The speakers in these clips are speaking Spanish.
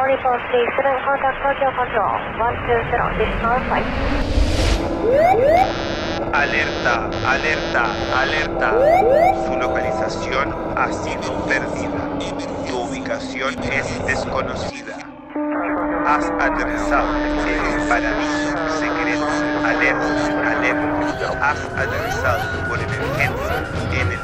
4437 contact Tokyo Control 120, this is our flight. Alerta, alerta, alerta. Su localización ha sido perdida. Tu ubicación es desconocida. Has aterrizado en el paraíso secreto. Alerta, alerta. Has aterrizado por emergencia en el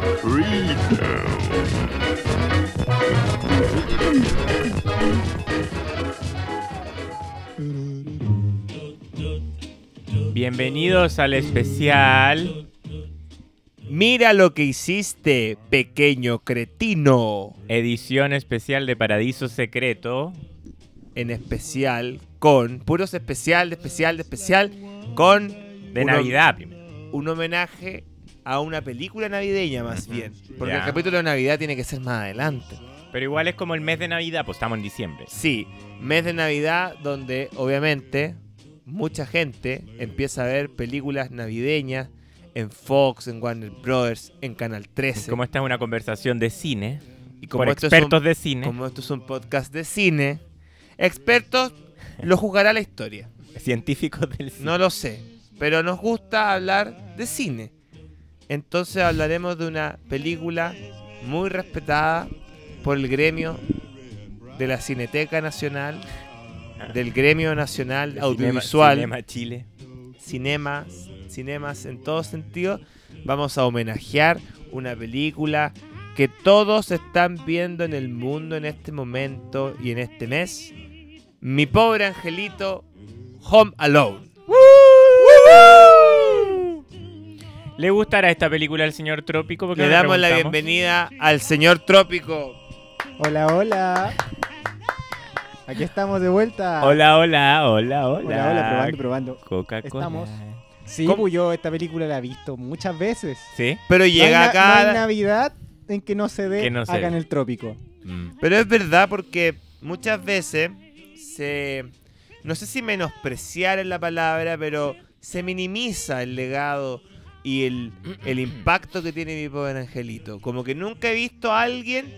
the freedom. Bienvenidos al especial. Mira lo que hiciste, pequeño cretino, Edición especial de Paradiso Secreto. en especial con puros especial, de especial, de especial, con De uno- Navidad primero. un homenaje a una película navideña más bien. Porque Ya. el capítulo de Navidad tiene que ser más adelante. Pero igual es como el mes de Navidad, pues estamos en diciembre. Sí, mes de Navidad donde obviamente mucha gente empieza a ver películas navideñas en Fox, en Warner Brothers, en Canal 13. Como esta es una conversación de cine, y por esto es expertos un- de cine, como esto es un podcast de cine, expertos lo juzgará la historia. científicos del cine. No lo sé, pero nos gusta hablar de cine. Entonces hablaremos de una película muy respetada por el gremio de la Cineteca Nacional, del gremio nacional De audiovisual, Cinema, Cinema Chile. cinemas, cinemas en todo sentido. Vamos a homenajear una película que todos están viendo en el mundo en este momento y en este mes. Mi pobre angelito, Home Alone. ¿Le gustará esta película al señor Trópico? Porque Le no damos la preguntamos. bienvenida al señor Trópico. Hola, hola. Aquí estamos de vuelta. Hola, hola, hola, hola. hola, hola, probando, probando. Coca-Cola. Estamos. Sí, ¿Cómo? pues yo esta película la he visto muchas veces. ¿Sí? Pero No hay llega na- acá. no hay Navidad en que no se dé Que no se acá dé. en el trópico. Mm. Pero es verdad porque muchas veces se. No sé si menospreciar es la palabra, pero se minimiza el legado y el, el impacto que tiene mi pobre angelito. Como que nunca he visto a alguien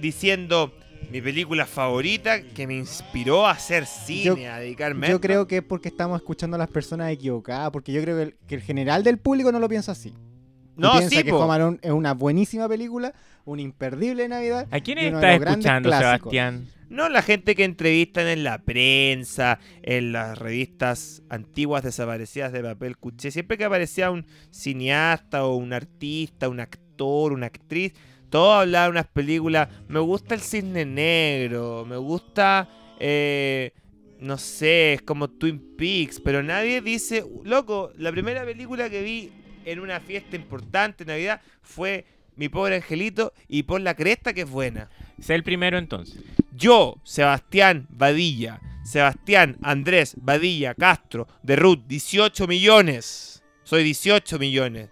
diciendo mi película favorita que me inspiró a hacer cine, Yo- a dedicarme a Yo esto". creo que es porque estamos escuchando a las personas equivocadas, porque yo creo que el, que el general del público no lo piensa así. Y No, piensa sí, que po. Home Alone es una buenísima película, un imperdible Navidad. ¿A quién y uno estás de los grandes escuchando, clásicos. Sebastián? No, la gente que entrevistan en la prensa, en las revistas antiguas desaparecidas de papel cuché. Siempre que aparecía un cineasta o un artista, un actor, una actriz, todo hablaba de unas películas. Me gusta el cisne negro, me gusta, eh, no sé, es como Twin Peaks, pero nadie dice, loco, la primera película que vi en una fiesta importante, Navidad, fue Mi pobre angelito y por la cresta que es buena. Sé el primero entonces. Yo, Sebastián Badilla, Sebastián Andrés Badilla Castro, de Ruth, 18 millones. Soy 18 millones.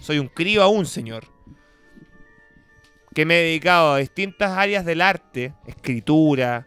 Soy un crío aún, señor. Que me he dedicado a distintas áreas del arte, escritura,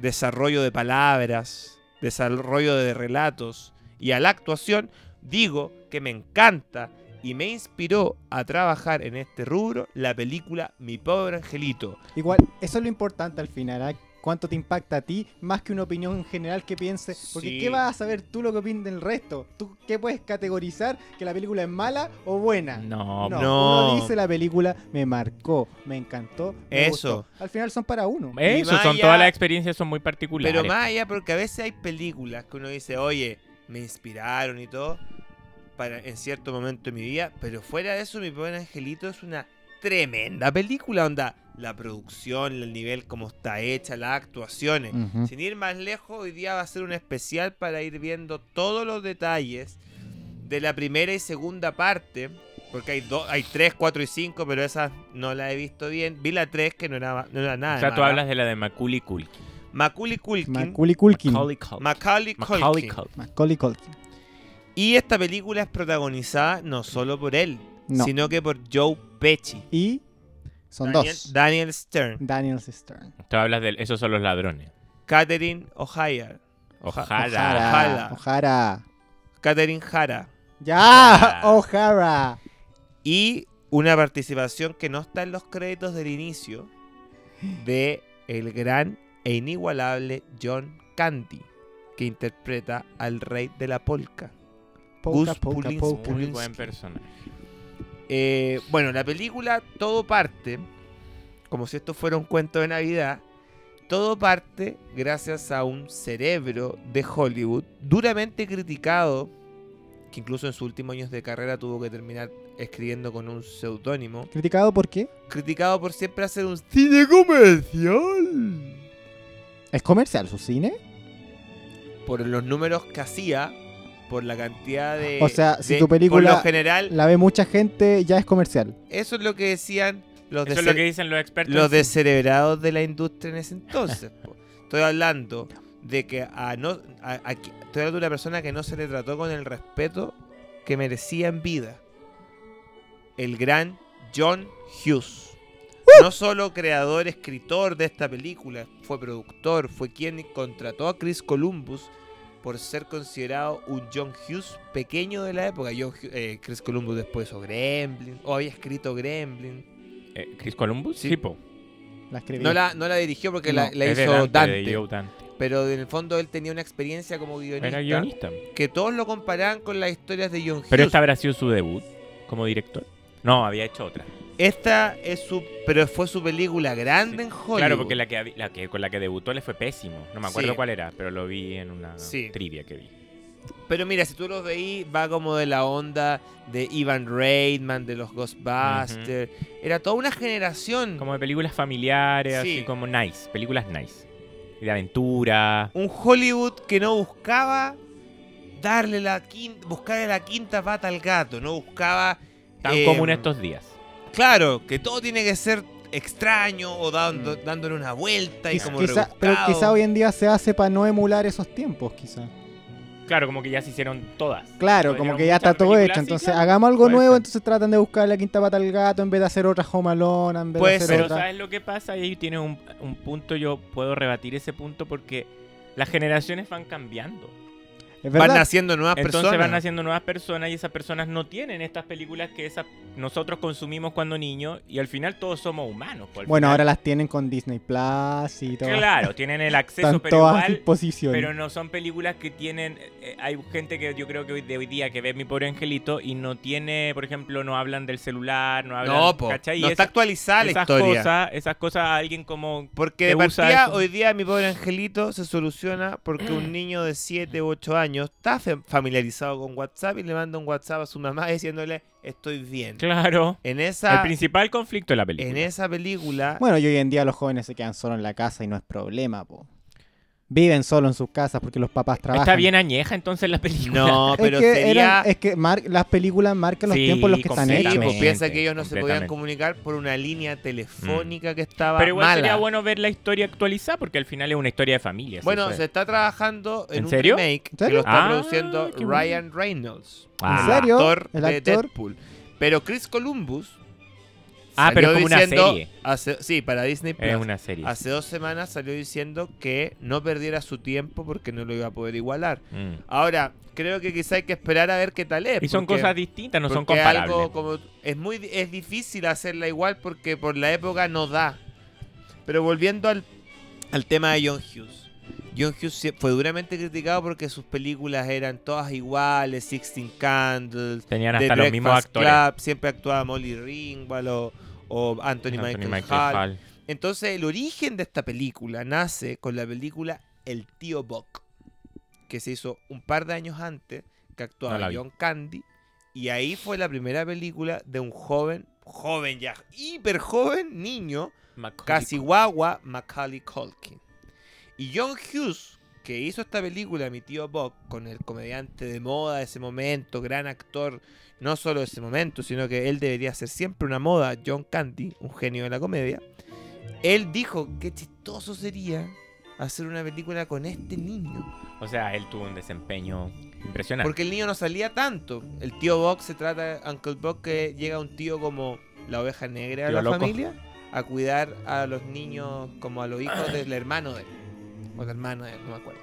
desarrollo de palabras, desarrollo de relatos y a la actuación, digo que me encanta y me inspiró a trabajar en este rubro la película Mi pobre angelito. Igual, eso es lo importante al final, ¿ah? cuánto te impacta a ti, más que una opinión general que piense. Porque Sí. ¿qué vas a saber tú lo que opinen del resto? ¿Tú qué puedes categorizar que la película es mala o buena? No, no. Ah, no. uno dice la película me marcó, me encantó. Eso. me Eh, gustó". Al final son para uno. Eso, Y son vaya- todas las experiencias, son muy particulares. Pero más allá, porque a veces hay películas que uno dice, oye, me inspiraron y todo, para, en cierto momento de mi vida, pero fuera de eso, Mi Pobre Angelito es una tremenda película, onda. La producción, el nivel, cómo está hecha, las actuaciones. Ujú. Sin ir más lejos, hoy día va a ser un especial para ir viendo todos los detalles de la primera y segunda parte. Porque hay dos, hay tres, cuatro y cinco, pero esas no las he visto bien. Vi la tres que no era, no era nada. o sea, tú mala. hablas de la de Maculi Kulki. Macaulay Culkin. Macaulay Culkin. Macaulay Culkin. Macaulay Culkin. Macaulay Culkin. Macaulay Culkin. Y esta película es protagonizada no solo por él, No. sino que por Joe Pesci. Y son Daniel, dos. Daniel Stern, Daniel Stern. Tú hablas de esos son los ladrones. Catherine O'Hara, Ojalá. Ojalá. Ojalá. Ojara. Catherine Jara. Ya, O'Hara. Y una participación que no está en los créditos del inicio de el gran e inigualable John Candy, que interpreta al rey de la polka. Pouca, Gus pouca, Pulis- pouca. Muy Pulinsky. buen personaje. Eh, bueno, la película todo parte, como si esto fuera un cuento de Navidad, todo parte gracias a un cerebro de Hollywood duramente criticado, que incluso en sus últimos años de carrera tuvo que terminar escribiendo con un seudónimo, ¿Criticado por qué? criticado por siempre hacer un cine comercial. ¿Es comercial su cine? Por los números que hacía, por la cantidad de... O sea, si de- tu película Por lo general, La ve mucha gente, ya es comercial. eso es lo que decían los de Eso es lo que dicen los expertos. los descerebrados de la industria en ese entonces. po. Estoy hablando de que a no, a- a que- estoy hablando de una persona que no se le trató con el respeto que merecía en vida. El gran John Hughes. No solo creador, escritor de esta película, fue productor, fue quien contrató a Chris Columbus por ser considerado un John Hughes pequeño de la época. John Hughes- eh, Chris Columbus después o Gremlin, o había escrito Gremlin. Eh, ¿Chris Columbus? Sí. Sí, po. La escribí. No la, no la dirigió porque la, No, la Es de hizo Dante. de Joe Dante. pero en el fondo él tenía una experiencia como guionista, Era guionista. Pero que todos lo comparaban con las historias de John Hughes. esta habrá sido su debut como director. No, había hecho otra. Esta es su. Pero fue su película grande en Hollywood. Claro, porque la que, hab- la que con la que debutó le fue pésimo. No me acuerdo Sí. cuál era, pero lo vi en una Sí. trivia que vi. Pero mira, si tú los veís, va como de la onda de Ivan Reitman, de los Ghostbusters. Era toda una generación. Como de películas familiares, Sí. así como nice, películas nice. De aventura. Un Hollywood que no buscaba darle la quinta, buscarle la quinta pata al gato, no buscaba Tan eh, común estos días. Claro, que todo tiene que ser extraño o dando, dándole una vuelta y Quiz- como quizá- rebuscado. pero quizá hoy en día se hace para no emular esos tiempos, quizá. Claro, como que ya se hicieron todas. Claro, Pero como ya que ya muchas está todo películas, hecho. sí, Entonces, claro. hagamos algo Puede nuevo, ser. entonces tratan de buscar la quinta pata al gato en vez de hacer otra homalona, en vez Puede de hacer ser. Pero otra. ¿sabes lo que pasa? Y ahí tiene un, un punto, yo puedo rebatir ese punto porque las generaciones van cambiando. Es Van verdad. naciendo nuevas Entonces personas. van haciendo nuevas personas y esas personas no tienen estas películas que esas nosotros consumimos cuando niños y al final todos somos humanos. pues, al Bueno, ahora final- las tienen con Disney Plus y todo. Claro, tienen el acceso, Están pero todas a igual disposición. Pero no son películas que tienen. eh, hay gente que yo creo que hoy, de hoy día que ve mi pobre angelito y no tiene, por ejemplo, no hablan del celular, no hablan. No, po, ¿cachai? Y no está esas- actualizada la esas historia. Cosas, esas cosas a alguien como. porque que de usa partida, eso. hoy día mi pobre angelito se soluciona porque un niño de 7 u 8 años está fe- familiarizado con WhatsApp y le manda un WhatsApp a su mamá diciéndole estoy bien. Claro. En El esa, principal conflicto de la película. en esa película, Bueno, y hoy en día los jóvenes se quedan solos en la casa y no es problema, po. Viven solo en sus casas porque los papás trabajan. Está bien añeja entonces la película. no, Es pero que sería... eran- es que mar- las películas marcan los Sí, tiempos en los que están Sí, hechos. completamente. pues piensa que ellos no se podían completamente. Mm. comunicar por una línea telefónica que estaba Pero igual mala. sería bueno ver la historia actualizada porque al final es una historia de familia. sí, Bueno, sí. se está trabajando en, ¿En un serio? remake que ¿En serio? lo está Ah, produciendo qué bueno. Ryan Reynolds, Ah. ¿En serio? actor ¿El de actor? Deadpool. Pero Chris Columbus Ah, salió pero es como una diciendo serie. hace- sí, para Disney Plus. Es una serie. Hace dos semanas salió diciendo que no perdiera su tiempo porque no lo iba a poder igualar. Mm. Ahora, creo que quizá hay que esperar a ver qué tal es. Y son Eh, porque- cosas distintas, no son porque comparables. algo como es muy di- es difícil hacerla igual porque por la época no da. Pero volviendo al, al tema de John Hughes. John Hughes sie- fue duramente criticado porque sus películas eran todas iguales, Sixteen Candles, Tenían The hasta los mismos Breakfast actores. Club, siempre actuaba Molly Ringwald o, o Anthony, Michael, Hall. Hall. Entonces el origen de esta película nace con la película El tío Buck, que se hizo un par de años antes, que No la actuaba vi. John Candy, y ahí fue la primera película de un joven, joven ya, hiper joven niño, casi guagua, Macaulay Culkin. Y John Hughes, que hizo esta película, mi tío Buck, con el comediante de moda de ese momento, gran actor, no solo de ese momento, sino que él debería ser siempre una moda, John Candy, un genio de la comedia. Él dijo que chistoso sería hacer una película con este niño. O sea, él tuvo un desempeño impresionante. Porque el niño no salía tanto. El tío Bob se trata, Uncle Bob, que llega un tío como la oveja negra de la Tío loco. familia a cuidar a los niños como a los hijos del hermano de él. O la hermana de él, no me acuerdo.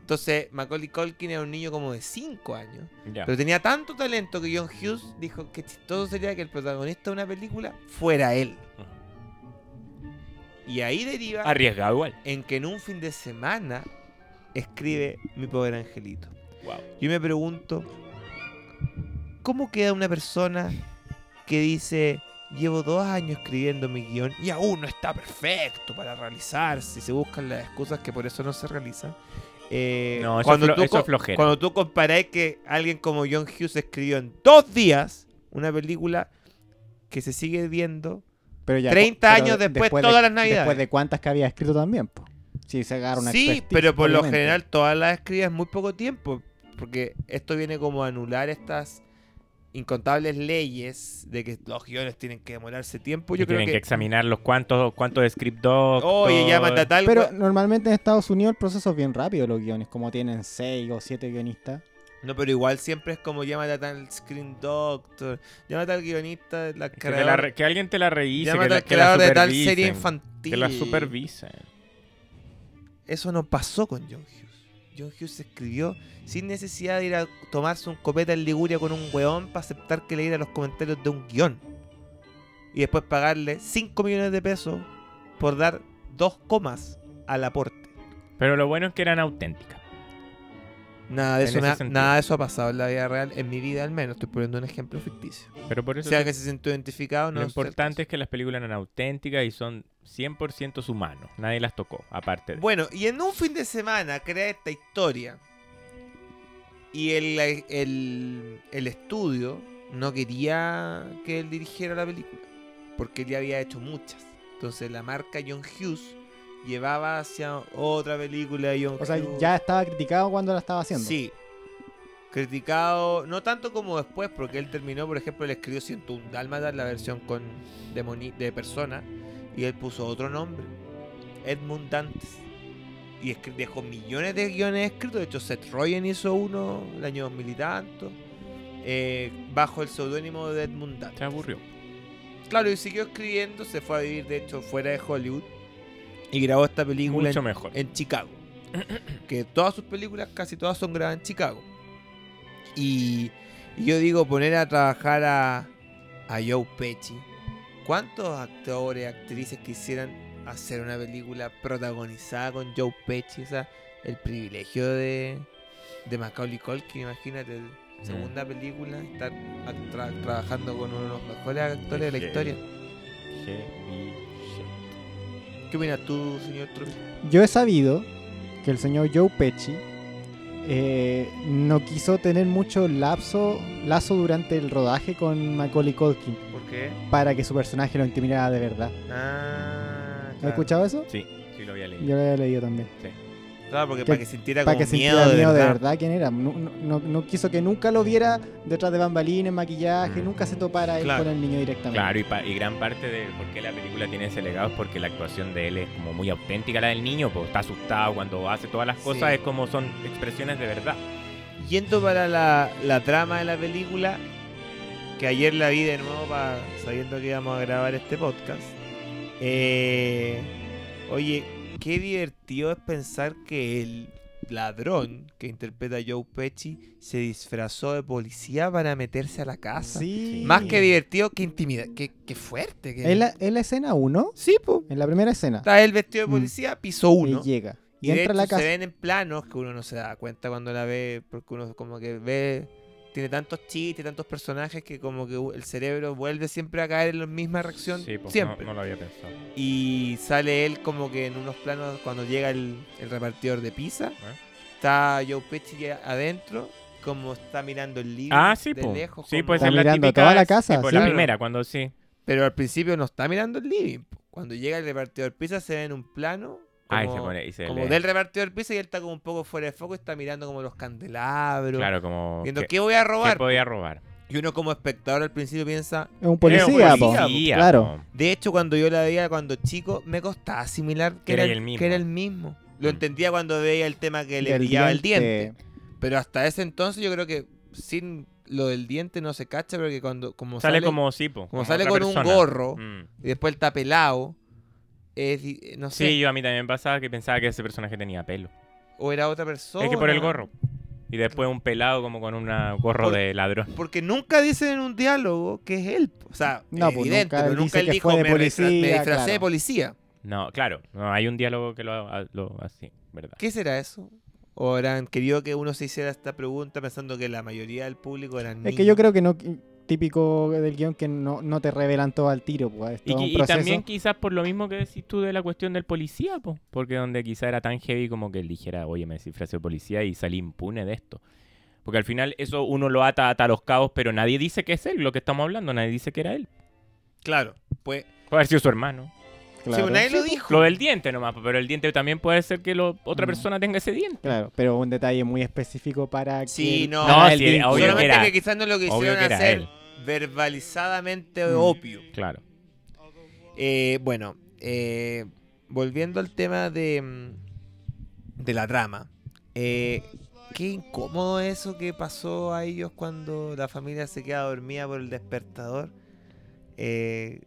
Entonces, Macaulay Culkin era un niño como de 5 años. Ya. Pero tenía tanto talento que John Hughes dijo que chistoso sería que el protagonista de una película fuera él. Y ahí deriva Arriesgado igual. en que en un fin de semana escribe Mi Pobre Angelito. Wow. Yo me pregunto, ¿cómo queda una persona que dice, llevo dos años escribiendo mi guión y aún no está perfecto para realizarse? y se buscan las excusas que por eso no se realizan. Eh, No, eso es cuando, flo- tú eso es co- flojera. cuando tú comparás que alguien como John Hughes escribió en dos días una película que se sigue viendo Pero ya, 30 pero años después, todas las navidades. Después de cuántas que había escrito también, po. Sí, se agarraron Sí, pero por lo general todas las escribas muy poco tiempo, porque esto viene como a anular estas incontables leyes de que los guiones tienen que demorarse tiempo. Pues Yo creo tienen que, que, eh. examinar los cuantos, cuántos script docs. oye, ya mata tal. Pero we- normalmente en Estados Unidos el proceso es bien rápido, los guiones, como tienen 6 o 7 guionistas. No, pero igual siempre es como llámate a tal screen doctor, llámate al guionista de la Que, te la re- que alguien te la revise. llámate que la, al que la creador de tal supervisen, serie infantil. Que la supervisen. Eso no pasó con John Hughes. John Hughes escribió sin necesidad de ir a tomarse un copeta en Liguria con un weón para aceptar que leyera los comentarios de un guión. Y después pagarle 5 millones de pesos por dar dos comas al aporte. Pero lo bueno es que eran auténticas. Nada de, En eso ese me ha- sentido. nada de eso ha pasado en la vida real, en mi vida al menos. Estoy poniendo un ejemplo ficticio. Pero por eso sea te- que se sintió identificado, no lo es cierto. importante es que las películas eran auténticas y son 100% humanos. Nadie las tocó, aparte de... Bueno, y en un fin de semana crea esta historia. Y el, el- el estudio no quería que él dirigiera la película. Porque él ya había hecho muchas. Entonces la marca John Hughes llevaba hacia otra película de John O sea, Hughes. ya estaba criticado cuando la estaba haciendo. Sí. Criticado, no tanto como después, porque él terminó, por ejemplo, él escribió 101 Dálmatas, la versión con de, moni- de persona, y él puso otro nombre, Edmund Dantes. Y es que dejó millones de guiones escritos, de hecho Seth Rogen hizo uno el año 2000 y tanto, eh, bajo el seudónimo de Edmund Dantes. Se aburrió. Claro, y siguió escribiendo, se fue a vivir, de hecho, fuera de Hollywood, y grabó esta película en Mucho mejor. en Chicago. que todas sus películas, casi todas son grabadas en Chicago. Y, y yo digo, poner a trabajar a, a Joe Pesci. ¿Cuántos actores, actrices quisieran hacer una película protagonizada con Joe Pesci? O sea, el privilegio de, de Macaulay Culkin, imagínate. Segunda película, estar a- tra- trabajando con uno de los mejores actores de la Sí. historia. Heavy shit. ¿Qué opinas tú, señor Trump? Yo he sabido que el señor Joe Pesci eh, no quiso tener mucho lapso, lazo durante el rodaje con Macaulay Culkin ¿Por qué? para que su personaje lo intimidara de verdad. Ah, ¿Has escuchado eso? Sí, sí lo había leído. Yo lo había leído también. Claro, porque Que- para que sintiera Para como que miedo, sintiera miedo de, verdad. quién era. No, no- no- no quiso que nunca lo viera detrás de bambalines, maquillaje, Mm. nunca se topara él Claro. con el niño directamente. Claro, y, pa- y gran parte de por qué la película tiene ese legado es porque la actuación de él es como muy auténtica, la del niño, pues está asustado cuando hace todas las cosas, Sí. es como son expresiones de verdad. Yendo para la, la trama de la película, que ayer la vi de nuevo pa- sabiendo que íbamos a grabar este podcast. eh, oye, qué divertido es pensar que el ladrón que interpreta a Joe Pesci se disfrazó de policía para meterse a la casa. Ah, Sí. Más que divertido, que intimidad, que, fuerte. Que... Es la, es la escena 1, Sí, po. en la primera escena. Está él vestido de Mm. policía, piso uno. Y llega. Y, Y de entra a la hecho se casa. ven en planos que uno no se da cuenta cuando la ve, porque uno como que ve, tiene tantos chistes, tantos personajes que como que u- el cerebro vuelve siempre a caer en la misma reacción, Sí, pues, siempre. No, no lo había pensado. Y sale él como que en unos planos cuando llega el, el repartidor de pizza, Ah. está Joe Pesci ya adentro, como está mirando el libro Ah, sí, de pues. lejos. Sí, como- pues Está es la mirando típica. toda la sí, casa, pues, sí. la Claro. primera, cuando sí. Pero al principio no está mirando el living. po. Cuando llega el repartidor de pizza se ve en un plano... Ay, se como- pone. Y se como le- del repartidor del piso y él está como un poco fuera de foco y está mirando como los candelabros. Claro, como. Viendo ¿qué- qué voy a qué robar. podía robar? Y uno como espectador al principio piensa. Es un policía, Era un po. policía, Claro. po. De hecho, cuando yo la veía cuando chico, me costaba asimilar que, Era era, él el, mismo. Mm. que era el mismo. Lo entendía cuando veía el tema que le brillaba el diente. Pero hasta ese entonces yo creo que sin lo del diente no se cacha, pero que cuando como sale, como Mm. sipo. sale con un gorro. y después está pelado, es di- no sé, Sí, yo a mí también pasaba que pensaba que ese personaje tenía pelo. o era otra persona. Es que por el gorro. Y después un pelado como con un gorro Por- de ladrón. Porque nunca dicen en un diálogo que es él. O sea, No, pues, evidente, nunca pero nunca dice él que dijo fue de me, disfra- me policía", disfracé de claro. policía. No, claro, no hay un diálogo que lo, ha- lo- así, ¿verdad? ¿Qué será eso? ¿O eran querido que uno se hiciera esta pregunta pensando que la mayoría del público eran niños? Es que yo creo que no típico del guión que no, no te revelan todo al tiro, pues. Es Y, todo qui- un y proceso. también quizás por lo mismo que decís tú de la cuestión del policía, po. porque donde quizás era tan heavy como que él dijera, oye, me disfrazé de policía y salí impune de esto. Porque al final eso uno lo ata, ata los cabos, pero nadie dice que es él lo que estamos hablando, nadie dice que era él. Claro, pues Puede haber sido su hermano. claro, si nadie lo dijo. Lo del diente nomás, po, pero el diente también puede ser que lo- otra Mm. persona tenga ese diente. claro, pero un detalle muy específico para Sí, que no. No, haga el sí, vínculo. obvio Solamente que que, era- quizás no lo obvio quisieron que era hacer él. verbalizadamente Mm. obvio. Claro. Eh, bueno, eh, volviendo al tema de, mm, de la trama. eh, qué incómodo eso que pasó a ellos cuando la familia se queda dormida por el despertador. Eh,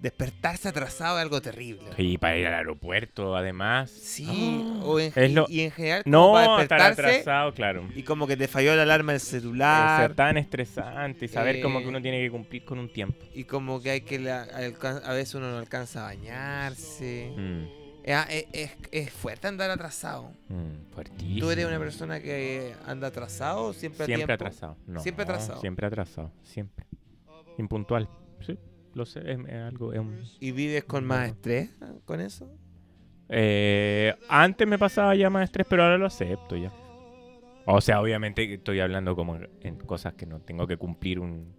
despertarse atrasado es algo terrible. Y para ir al aeropuerto, además. Sí, Ah. o en- Es lo- y en general como No, para estar despertarse atrasado, claro. y como que te falló la alarma del celular Ser tan estresante y saber como que Eh, uno tiene que cumplir con un tiempo. y como que hay que la- alcan- a veces uno no alcanza a bañarse. Mm, Eh, ah, eh, Es, es fuerte andar atrasado. mm, fuertísimo. ¿Tú eres una persona que anda atrasado o siempre a Siempre tiempo? atrasado. No, Siempre atrasado. Siempre atrasado, siempre. Impuntual. Sí, lo sé, es, es algo... es un- ¿Y vives con más estrés con eso? Eh, antes me pasaba ya más estrés, pero ahora lo acepto ya. O sea, obviamente que estoy hablando como en- en cosas que no tengo que cumplir un...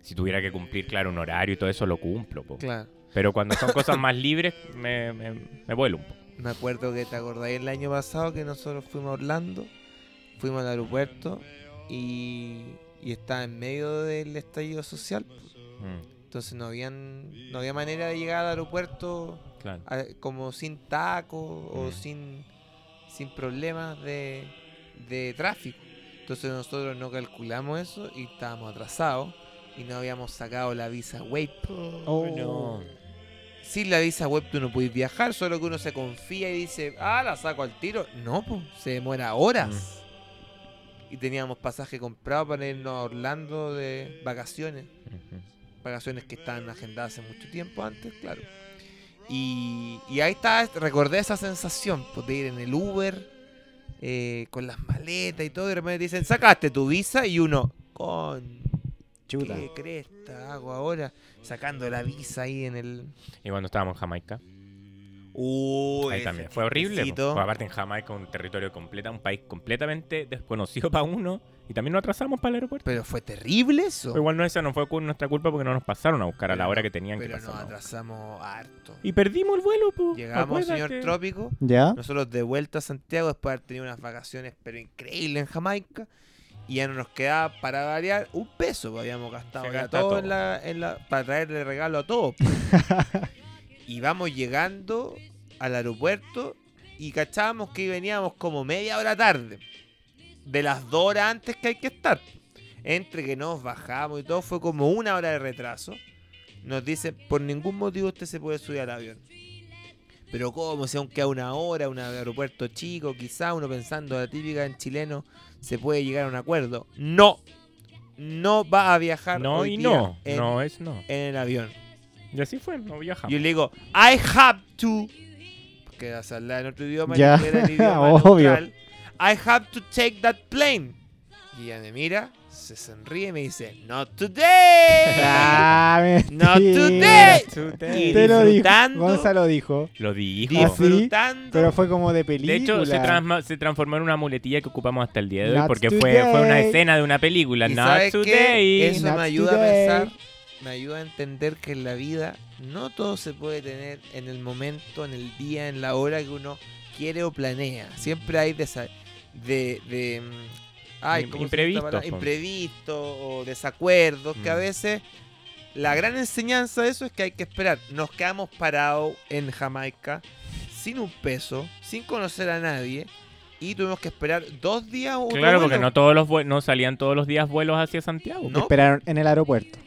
Si tuviera que cumplir, claro, un horario y todo eso, lo cumplo. po. Claro. Pero cuando son cosas más libres, me, me, me vuelo un poco. Me acuerdo que te acordáis el año pasado que nosotros fuimos a Orlando, fuimos al aeropuerto y, y estaba en medio del estallido social. pues. Mm, Entonces no, habían, no había manera de llegar al aeropuerto claro. a- como sin taco o Mm. sin, sin problemas de, de tráfico. Entonces nosotros no calculamos eso y estábamos atrasados y no habíamos sacado la visa web. Oh, Sin la visa web tú no puedes viajar, solo que uno se confía y dice, ah, la saco al tiro. No, pues, se demora horas. Y teníamos pasaje comprado para irnos a Orlando de vacaciones Ujú. vacaciones que están agendadas hace mucho tiempo antes, claro. Y, y ahí está, recordé esa sensación pues, de ir en el Uber eh, con las maletas y todo, y de repente dicen, sacaste tu visa y uno, con chuta. qué cresta hago ahora, sacando la visa ahí en el... Y cuando estábamos en Jamaica, Uy, ahí ese también fue horrible. po. exquisito. Porque aparte en Jamaica, un territorio completa, un país completamente desconocido para uno. Y también nos atrasamos para el aeropuerto. Pero fue terrible Pero eso. igual no, esa no fue cu- nuestra culpa porque no nos pasaron a buscar a la Pero hora no- que tenían que Pero nos pasar. atrasamos harto. Y perdimos el vuelo, po. Llegamos, señor Acuérdate. Trópico. ¿Ya? Nosotros de vuelta a Santiago después de haber tenido unas vacaciones pero increíbles en Jamaica. Y ya no nos quedaba para variar un peso que habíamos gastado Se ya gasta todo, todo. En la, en la- para traerle regalo a todos. y vamos llegando al aeropuerto y cachábamos que veníamos como media hora tarde. De las dos horas antes que hay que estar. Entre que nos bajamos y todo, fue como una hora de retraso. Nos dice, por ningún motivo usted se puede subir al avión. Pero cómo, si aún queda una hora, un aeropuerto chico, quizá uno pensando la típica en chileno, se puede llegar a un acuerdo. No, no va a viajar No hoy y día no. en, No es no. en el avión. Y así fue, no viajamos. Yo le digo, I have to. Porque se hablaba en otro idioma, Ya, en inglés era el idioma obvio. neutral. I have to take that plane. Y ella me mira, se sonríe y me dice, Not today. Ah, No mentira. today. Today. Y Te lo dijo. disfrutando, Gonzalo dijo. Lo dijo. Ah, sí, disfrutando. Pero fue como de De película. hecho, se, transma- se transformó en una muletilla que ocupamos hasta el día de hoy Not porque fue, fue una today. escena de una película. ¿Y Not sabes qué? today. Eso Not me ayuda today. a pensar, me ayuda a entender que en la vida no todo se puede tener en el momento, en el día, en la hora que uno quiere o planea. Siempre hay desa- de, de, mm, ay, Im- ¿cómo se dice esta imprevistos, palabra? po. Imprevistos o desacuerdos que a Mm. veces la gran enseñanza de eso es que hay que esperar. Nos quedamos parados en Jamaica sin un peso, sin conocer a nadie, y tuvimos que esperar dos días o otro Claro, porque vuelo. no todos los vue- no salían todos los días vuelos hacia Santiago. No. Esperaron en el aeropuerto.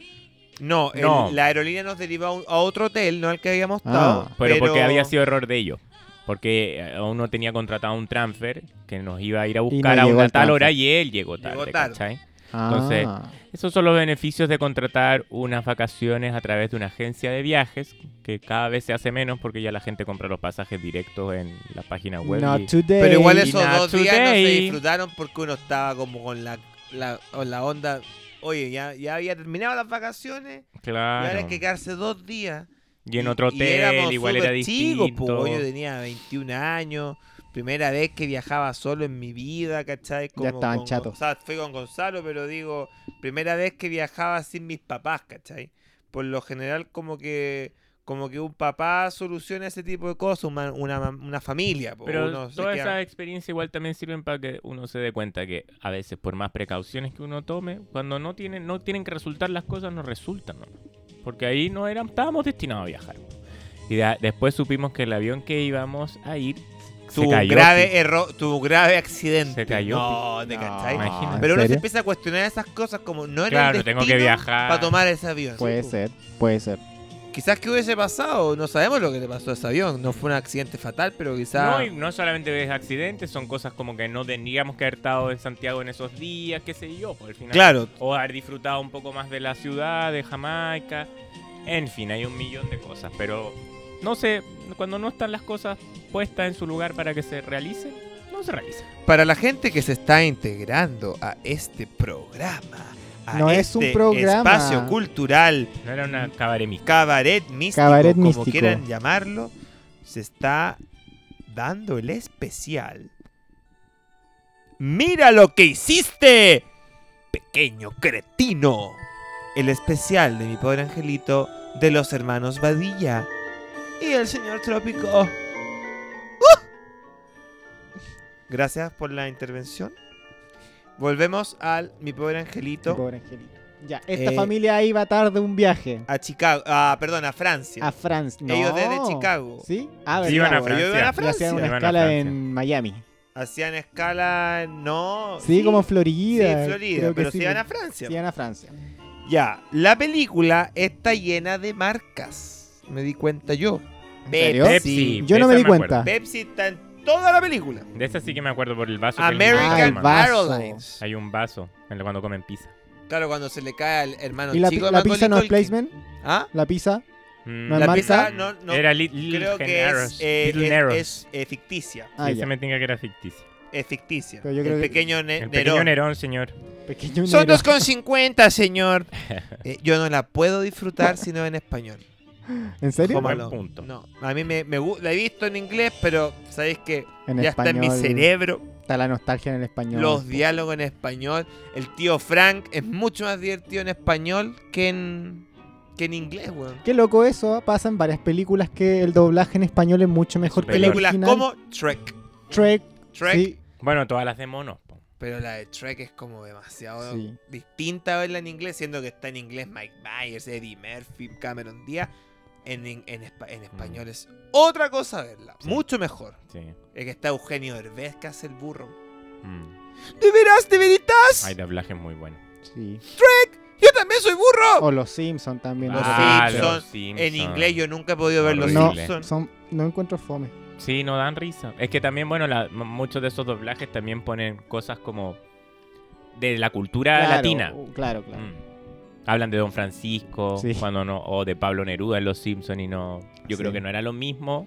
No, el- No. la aerolínea nos derivó a, un- a otro hotel, no al que habíamos estado. Ah. Pero, porque había sido error de ellos. Porque eh, uno tenía contratado un transfer que nos iba a ir a buscar a llegó una el tal transfer. hora y él llegó tarde, Llegó tarde. ¿cachai? Ah, Entonces, Esos son los beneficios de contratar unas vacaciones a través de una agencia de viajes, que cada vez se hace menos porque ya la gente compra los pasajes directos en la página web. not y- today. Pero igual y esos not dos días no se today. disfrutaron porque uno estaba como con la, la, con la onda. Oye, ya, ya había terminado las vacaciones y ahora claro. hay que quedarse dos días. Y en otro Y- y éramos hotel igual era súper distinto. chicos, po. yo tenía 21 años, primera vez que viajaba solo en mi vida, ¿cachai? estaban con chatos. Gonzalo- fui con Gonzalo, pero digo, primera vez que viajaba sin mis papás, ¿cachai? Por lo general como que como que un papá soluciona ese tipo de cosas, una, una, mam- una familia. po. Pero Uno se toda queda- esa experiencia igual también sirven para que uno se dé cuenta que a veces por más precauciones que uno tome, cuando no tienen, no tienen que resultar las cosas, no resultan. ¿no? Porque ahí no eran, estábamos destinados a viajar. Y da- después supimos que el avión que íbamos a ir se tu cayó. grave error, tu grave accidente. Se cayó, No, te No, cachai. imagínate. ¿en Pero uno se serio? empieza a cuestionar esas cosas como no era Claro, el tengo que viajar. para tomar ese avión. Puede Sí, pues. po. ser, puede ser. Quizás que hubiese pasado, no sabemos lo que le pasó a ese avión, no fue un accidente fatal, pero quizás... No, y no solamente es accidentes, son cosas como que no tendríamos que haber estado en Santiago en esos días, qué sé yo, por el final. Claro, O haber disfrutado un poco más de la ciudad, de Jamaica. En fin, hay un millón de cosas, pero no sé, cuando no están las cosas puestas en su lugar para que se realicen, no se realicen. para la gente que se está integrando a este programa, a No es este un programa. espacio cultural, No era una cabaret mística. cabaret místico, Cabaret como místico. quieran llamarlo, se está dando el especial. Mira lo que hiciste, pequeño cretino. El especial de mi pobre angelito de los hermanos Badilla y el señor Trópico. ¡Uh! Gracias por la intervención. Volvemos al mi pobre angelito Pobre angelito. Ya, esta Eh, familia iba tarde un viaje a Chicago, ah, perdón, a Francia. a Francia. No. Ellos desde Chicago. ¿Sí? Ah, Sí, iban a verdad, Yo iba a Francia. Y hacían una Iban a escala Francia. en Miami. Hacían escala, no. Sí, como Oh, sí, Florida. Florida, creo que pero sí. se iban a Francia. Se iban a Francia. Ya, la película está llena de marcas. Me di cuenta yo. serio? Pepsi. Yo no esa me di acuerdo. cuenta. Pepsi está en toda la película. De esa sí que me acuerdo por el vaso. que le Ah, el American llaman. vaso. Airlines. Hay un vaso en la- cuando comen pizza. Claro, cuando se le cae al hermano ¿Y la, chico pi- de la pizza no es Macaulay Culkin. placement? ¿Ah? ¿La pizza? Mm, No es La marca? pizza no, no, Era Lit- Little creo que Generous. es, eh, Little es- Neros. es, eh, ficticia. Sí, Ah, ese ya. me tenga que era ficticio. Es ficticia. Pero yo el creo que- pequeño ne- El pequeño Eh, Nerón. Nerón, señor. Pequeño Son negro. 2,50, señor. Eh, yo no la puedo disfrutar si no en español. ¿En serio? Buen Tómalo. punto. No, a mí me, me gu- la he visto en inglés, pero sabéis que En ya está español. en mi cerebro. Está la nostalgia en el español. Los diálogos en español. El tío Frank es mucho más divertido en español que en, que en inglés, weón. Qué loco eso, ¿eh? pasa en varias películas que el doblaje en español es mucho mejor que el Películas Superior. original. como Trek. Trek, Trek, sí, Bueno, todas las de monos. po. pero la de Trek es como demasiado Sí. distinta verla en inglés, siendo que está en inglés Mike Myers, Eddie Murphy, Cameron Díaz. En, en, en espa- en español es otra cosa verla, Mm. Sí. mucho mejor. Sí. El que está Eugenio Derbez que hace el burro. Mm. ¡De veras, de veritas! Hay doblajes muy buenos. sí. ¡Yo también soy burro! O los Simpsons también. Los otro Ah, tipo. Simpsons, los Simpsons. Oh, En inglés yo nunca he podido ver los No, Horrible. Simpsons. son, no encuentro fome. Sí, no dan risa. Es que también, bueno, la- m- muchos de esos doblajes también ponen cosas como de la cultura Claro, latina. uh, Claro, claro. Mm. Hablan de Don Francisco Sí. cuando no, o de Pablo Neruda en Los Simpsons y no. Yo creo Sí. que no era lo mismo.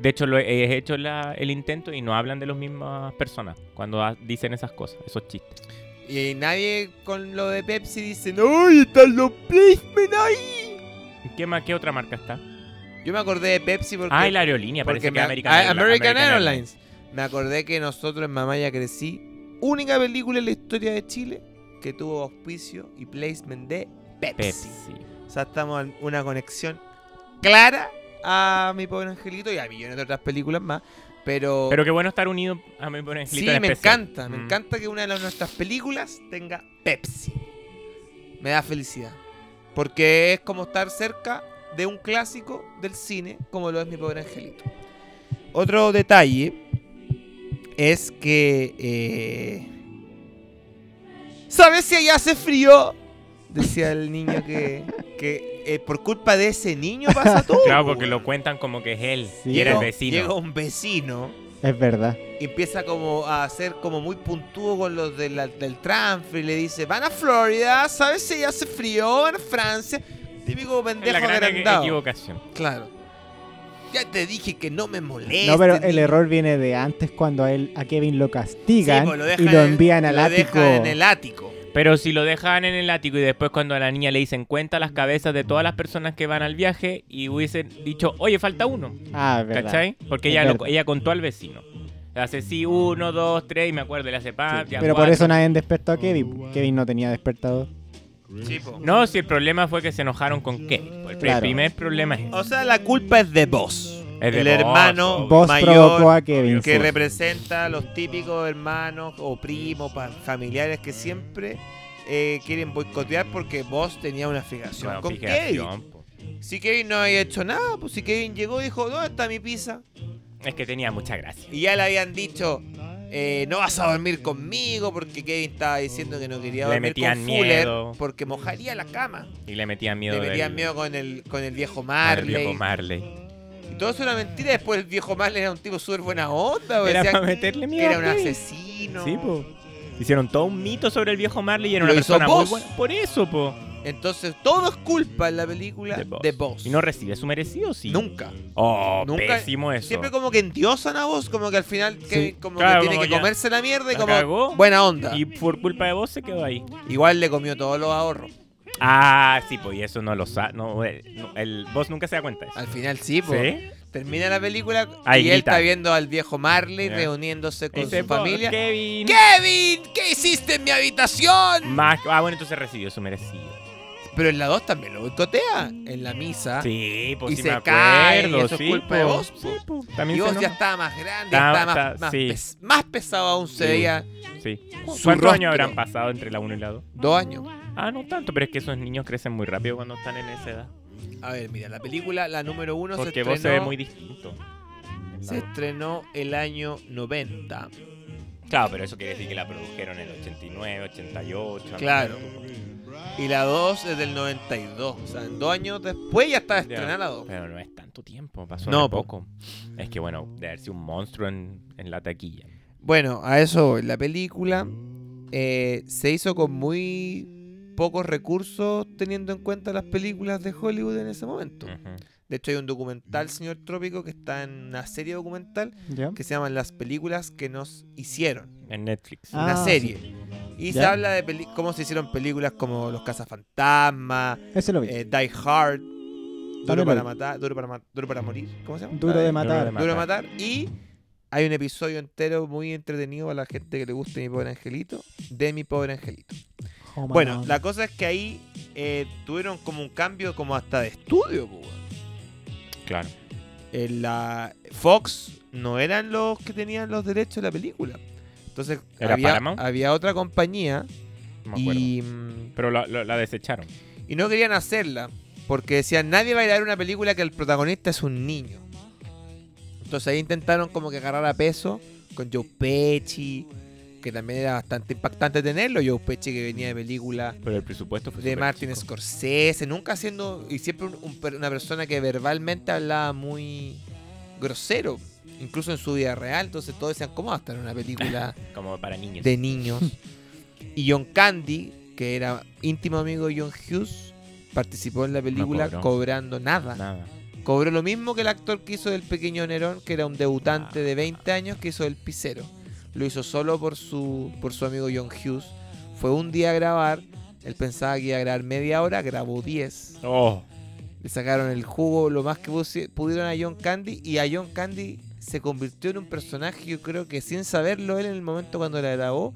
De hecho, lo he he hecho la- el intento y no hablan de las mismas personas cuando ha- dicen esas cosas, esos chistes. Y nadie con lo de Pepsi dice, ¡Uy, están los placement ahí! ¿Y ¿Qué, ma- ¿Qué otra marca está? Yo me acordé de Pepsi porque... ah, y la aerolínea, parece porque que me- American, ah, Airla- American American Airlines. Me acordé que nosotros en Mamá ya crecí. Única película en la historia de Chile que tuvo auspicio y placement de Pepsi. Pepsi. O sea, estamos en una conexión clara a mi pobre angelito y a millones de otras películas más. Pero, Pero qué bueno estar unido a mi buen sí, angelito en me especial. encanta. Me Mm. encanta que una de las- nuestras películas tenga Pepsi. Me da felicidad. Porque es como estar cerca de un clásico del cine, como lo es mi pobre angelito. otro detalle es que. eh, ¿Sabes si allá hace frío? Decía el niño que. que eh, por culpa de ese niño pasa todo. Claro, porque weón. lo cuentan como que es él Sí, y era el no, vecino. Llega un vecino Es verdad. y empieza como a ser como muy puntúo con los de la- del transfer y le dice, van a Florida, ¿sabes si allá hace frío? Van a Francia. Típico Es pendejo la gran e- agrandado. equivocación. Claro. Ya te dije que no me molestes. No, pero el niño". error viene de antes cuando a, él, a Kevin lo castigan Sí, pues, y dejan lo en- envían al lo ático. dejan en el ático. Pero si lo dejaban en el ático y después cuando a la niña le dicen cuenta las cabezas de todas las personas que van al viaje y hubiesen dicho, oye, falta uno, Ah, es verdad. ¿cachai? Porque Es ella, lo- verdad. ella contó al vecino. Le hace sí, uno, dos, tres, y me acuerdo, le hace pam, Ah, ya Pero por cuatro". eso nadie despertó a Kevin. Kevin no tenía despertador. No, si el problema fue que se enojaron con Kevin. pues El Claro. primer problema es ese. O sea, la culpa es de vos. Es de el Boss, hermano Vos provocó mayor a Kevin. que sí. representa a los típicos hermanos o primos pa- familiares que siempre eh, quieren boicotear porque vos tenía una fijación Bueno, con fijación, Kevin. po. Si Kevin no había hecho nada, pues si Kevin llegó y dijo, ¿dónde está mi pizza? Es que tenía mucha gracia. Y ya le habían dicho, eh, no vas a dormir conmigo porque Kevin estaba diciendo que no quería Le dormir metían con Fuller miedo. porque mojaría la cama. Y le metían miedo Le metían del- miedo con el, con el viejo con el Marley. viejo Marley. Y todo eso era mentira. Después el viejo Marley era un tipo súper buena onda. güey. Era Decían para meterle que miedo. era un a Kevin. asesino. Sí, po. Hicieron todo un mito sobre el viejo Marley y era Lo una hizo persona muy Boss. buena. Por eso, po. Entonces todo es culpa en la película De de Boss. Boss. Y no recibe su merecido, sí. Nunca. Oh, Nunca- pésimo eso. Siempre como que endiosan a Boss, como que al final que, como Claro, que tiene como que ya. comerse la mierda y La como cagó. buena onda. Y por culpa de vos se quedó ahí. Igual le comió todos los ahorros. Ah, sí, pues y eso no lo sabe. No, eh, no, el, vos nunca se da cuenta de eso. Al final sí, po. ¿Sí? Termina la película Ahí y él grita. está viendo al viejo Marley Ya. reuniéndose con Dice, su "Por familia. Kevin. ¡Kevin! ¿Qué hiciste en mi habitación? Más, ah, bueno, entonces recibió su merecido. Pero en la 2 también lo boicotea. En la misa. Sí, pues Ah. Y sí se me cae, y acuerdo. eso es sí, culpa de po. vos, Sí, po. po. También Y se vos ya enoja. estaba más grande, Ta- estaba más, ta- más sí. pes- más pesado aún se Sí. veía. Sí. Su ¿Cuántos años rostro. habrán pasado entre la 1 y la 2? Dos años. Ah, no tanto, pero es que esos niños crecen muy rápido cuando están en esa edad. A ver, mira, la película, la número uno, Porque se, vos se ve estrenó, muy distinto. se estrenó el año 90. Claro, pero eso quiere decir que la produjeron en el 89, 88. algo Claro. así. Y la dos es del 92. O sea, en dos años después ya estaba estrenada la dos. Pero no es tanto tiempo, pasó No, re po. poco. Es que bueno, de haber sido un monstruo en, en la taquilla. Bueno, a eso voy. La película eh, se hizo con muy pocos recursos teniendo en cuenta las películas de Hollywood en ese momento. Ujú. De hecho, hay un documental, señor Trópico, que está en una serie documental ¿Ya? que se llaman Las películas que nos hicieron. En Netflix. Ah. una serie. Y se Ya. habla de peli- cómo se hicieron películas como Los Cazafantasmas, Ese lo vi. eh, Die Hard, Duro También para lo matar, Duro para, ma- Duro para morir, ¿cómo se llama? Duro La de matar. de Duro de matar. Y hay un episodio entero muy entretenido para la gente que le guste Mi Pobre Angelito, de Mi Pobre Angelito. Oh, my Bueno, God. la cosa es que ahí eh, tuvieron como un cambio como hasta de estudio, pues, weón. Claro. en la Fox no eran los que tenían los derechos de la película. Entonces ¿Era había, Paramount? había otra compañía No me acuerdo. y, mm, Pero la, la- la desecharon. y no querían hacerla porque decían nadie va a ir a ver una película que el protagonista es un niño. Entonces ahí intentaron como que agarrar a peso con Joe Pesci, que también era bastante impactante tenerlo. Joe Pesci que venía de películas Pero el presupuesto fue de Pues, súper Martin chico. Scorsese, nunca siendo, y siempre un- un per- una persona que verbalmente hablaba muy grosero, incluso en su vida real, entonces todos decían, ¿cómo va a estar en una película Como para niños. de niños? Y John Candy, que era íntimo amigo de John Hughes, participó en la película cobró. cobrando nada. Nada. Cobró lo mismo que el actor que hizo del pequeño Nerón, que era un debutante de 20 años que hizo el Picero. Lo hizo solo por su, por su amigo John Hughes. Fue un día a grabar, él pensaba que iba a grabar media hora, grabó 10. Oh. Le sacaron el jugo lo más que pusi- pudieron a John Candy y a John Candy se convirtió en un personaje, yo creo que sin saberlo él en el momento cuando la grabó,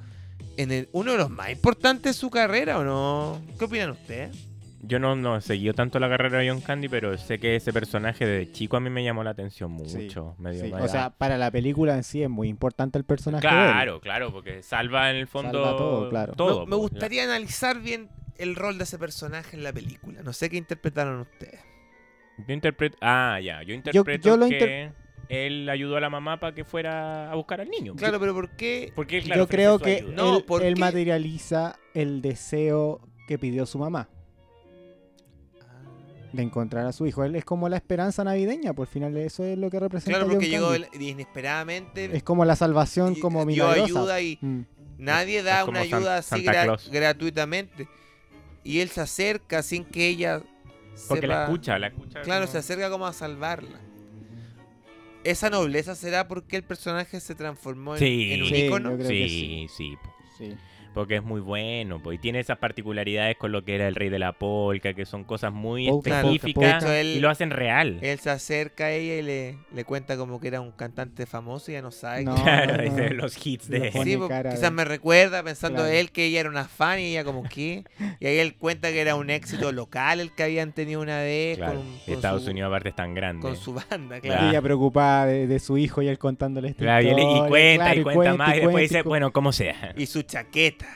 en el, uno de los más importantes de su carrera, ¿o no? ¿Qué opinan ustedes? Yo no, no he seguido tanto la carrera de John Candy, pero sé que ese personaje de chico a mí me llamó la atención Sí, mucho. me dio Sí, mala- O sea, para la película en sí es muy importante el personaje. de él. claro, claro, porque salva en el fondo Salva todo, claro. todo, me, me po. gustaría analizar bien el rol de ese personaje en la película. No sé qué interpretaron ustedes. Yo interpreto. Ah, ya. Yo yo interpreto lo que. inter- él ayudó a la mamá para que fuera a buscar al niño. Claro, pero ¿por qué? Porque, claro, Yo creo ofrece que su él, ayuda. No, ¿por él qué? materializa el deseo que pidió su mamá de encontrar a su hijo. Él es como la esperanza navideña, por final eso es lo que representa. Claro, John porque llegó Candy. el- inesperadamente, Es como la salvación y- como dio milagrosa. ayuda y Mm. nadie Es da como una San- ayuda así Santa gra- Claus. gratuitamente. Y él se acerca sin que ella Porque la sepa- escucha, la escucha. Claro, como- se acerca como a salvarla. Esa nobleza será porque el personaje se transformó en, Sí. en un Sí, ícono. yo creo que Sí, sí. po. Porque es muy bueno, po, y tiene esas particularidades con lo que era el rey de la polca, que son cosas muy Polca, polca, específicas polca. y lo hacen real. Él se acerca a ella y le, le cuenta como que era un cantante famoso y ya no sabe. No, que- claro, no, no. dice los hits Lo de... pone Sí, po, cara quizás de- me recuerda pensando Claro. él que ella era una fan y ella como que... Y ahí él cuenta que era un éxito local el que habían tenido una vez Claro, con, un- con Estados su, Unidos aparte es tan grande. con su banda, Claro. claro. Ella preocupada de, de su hijo y él contándole esta Claro, y, él- y historia, cuenta, claro, y cuenta más, y después cuenta, dice, cu- bueno, como sea. Y su chaqueta.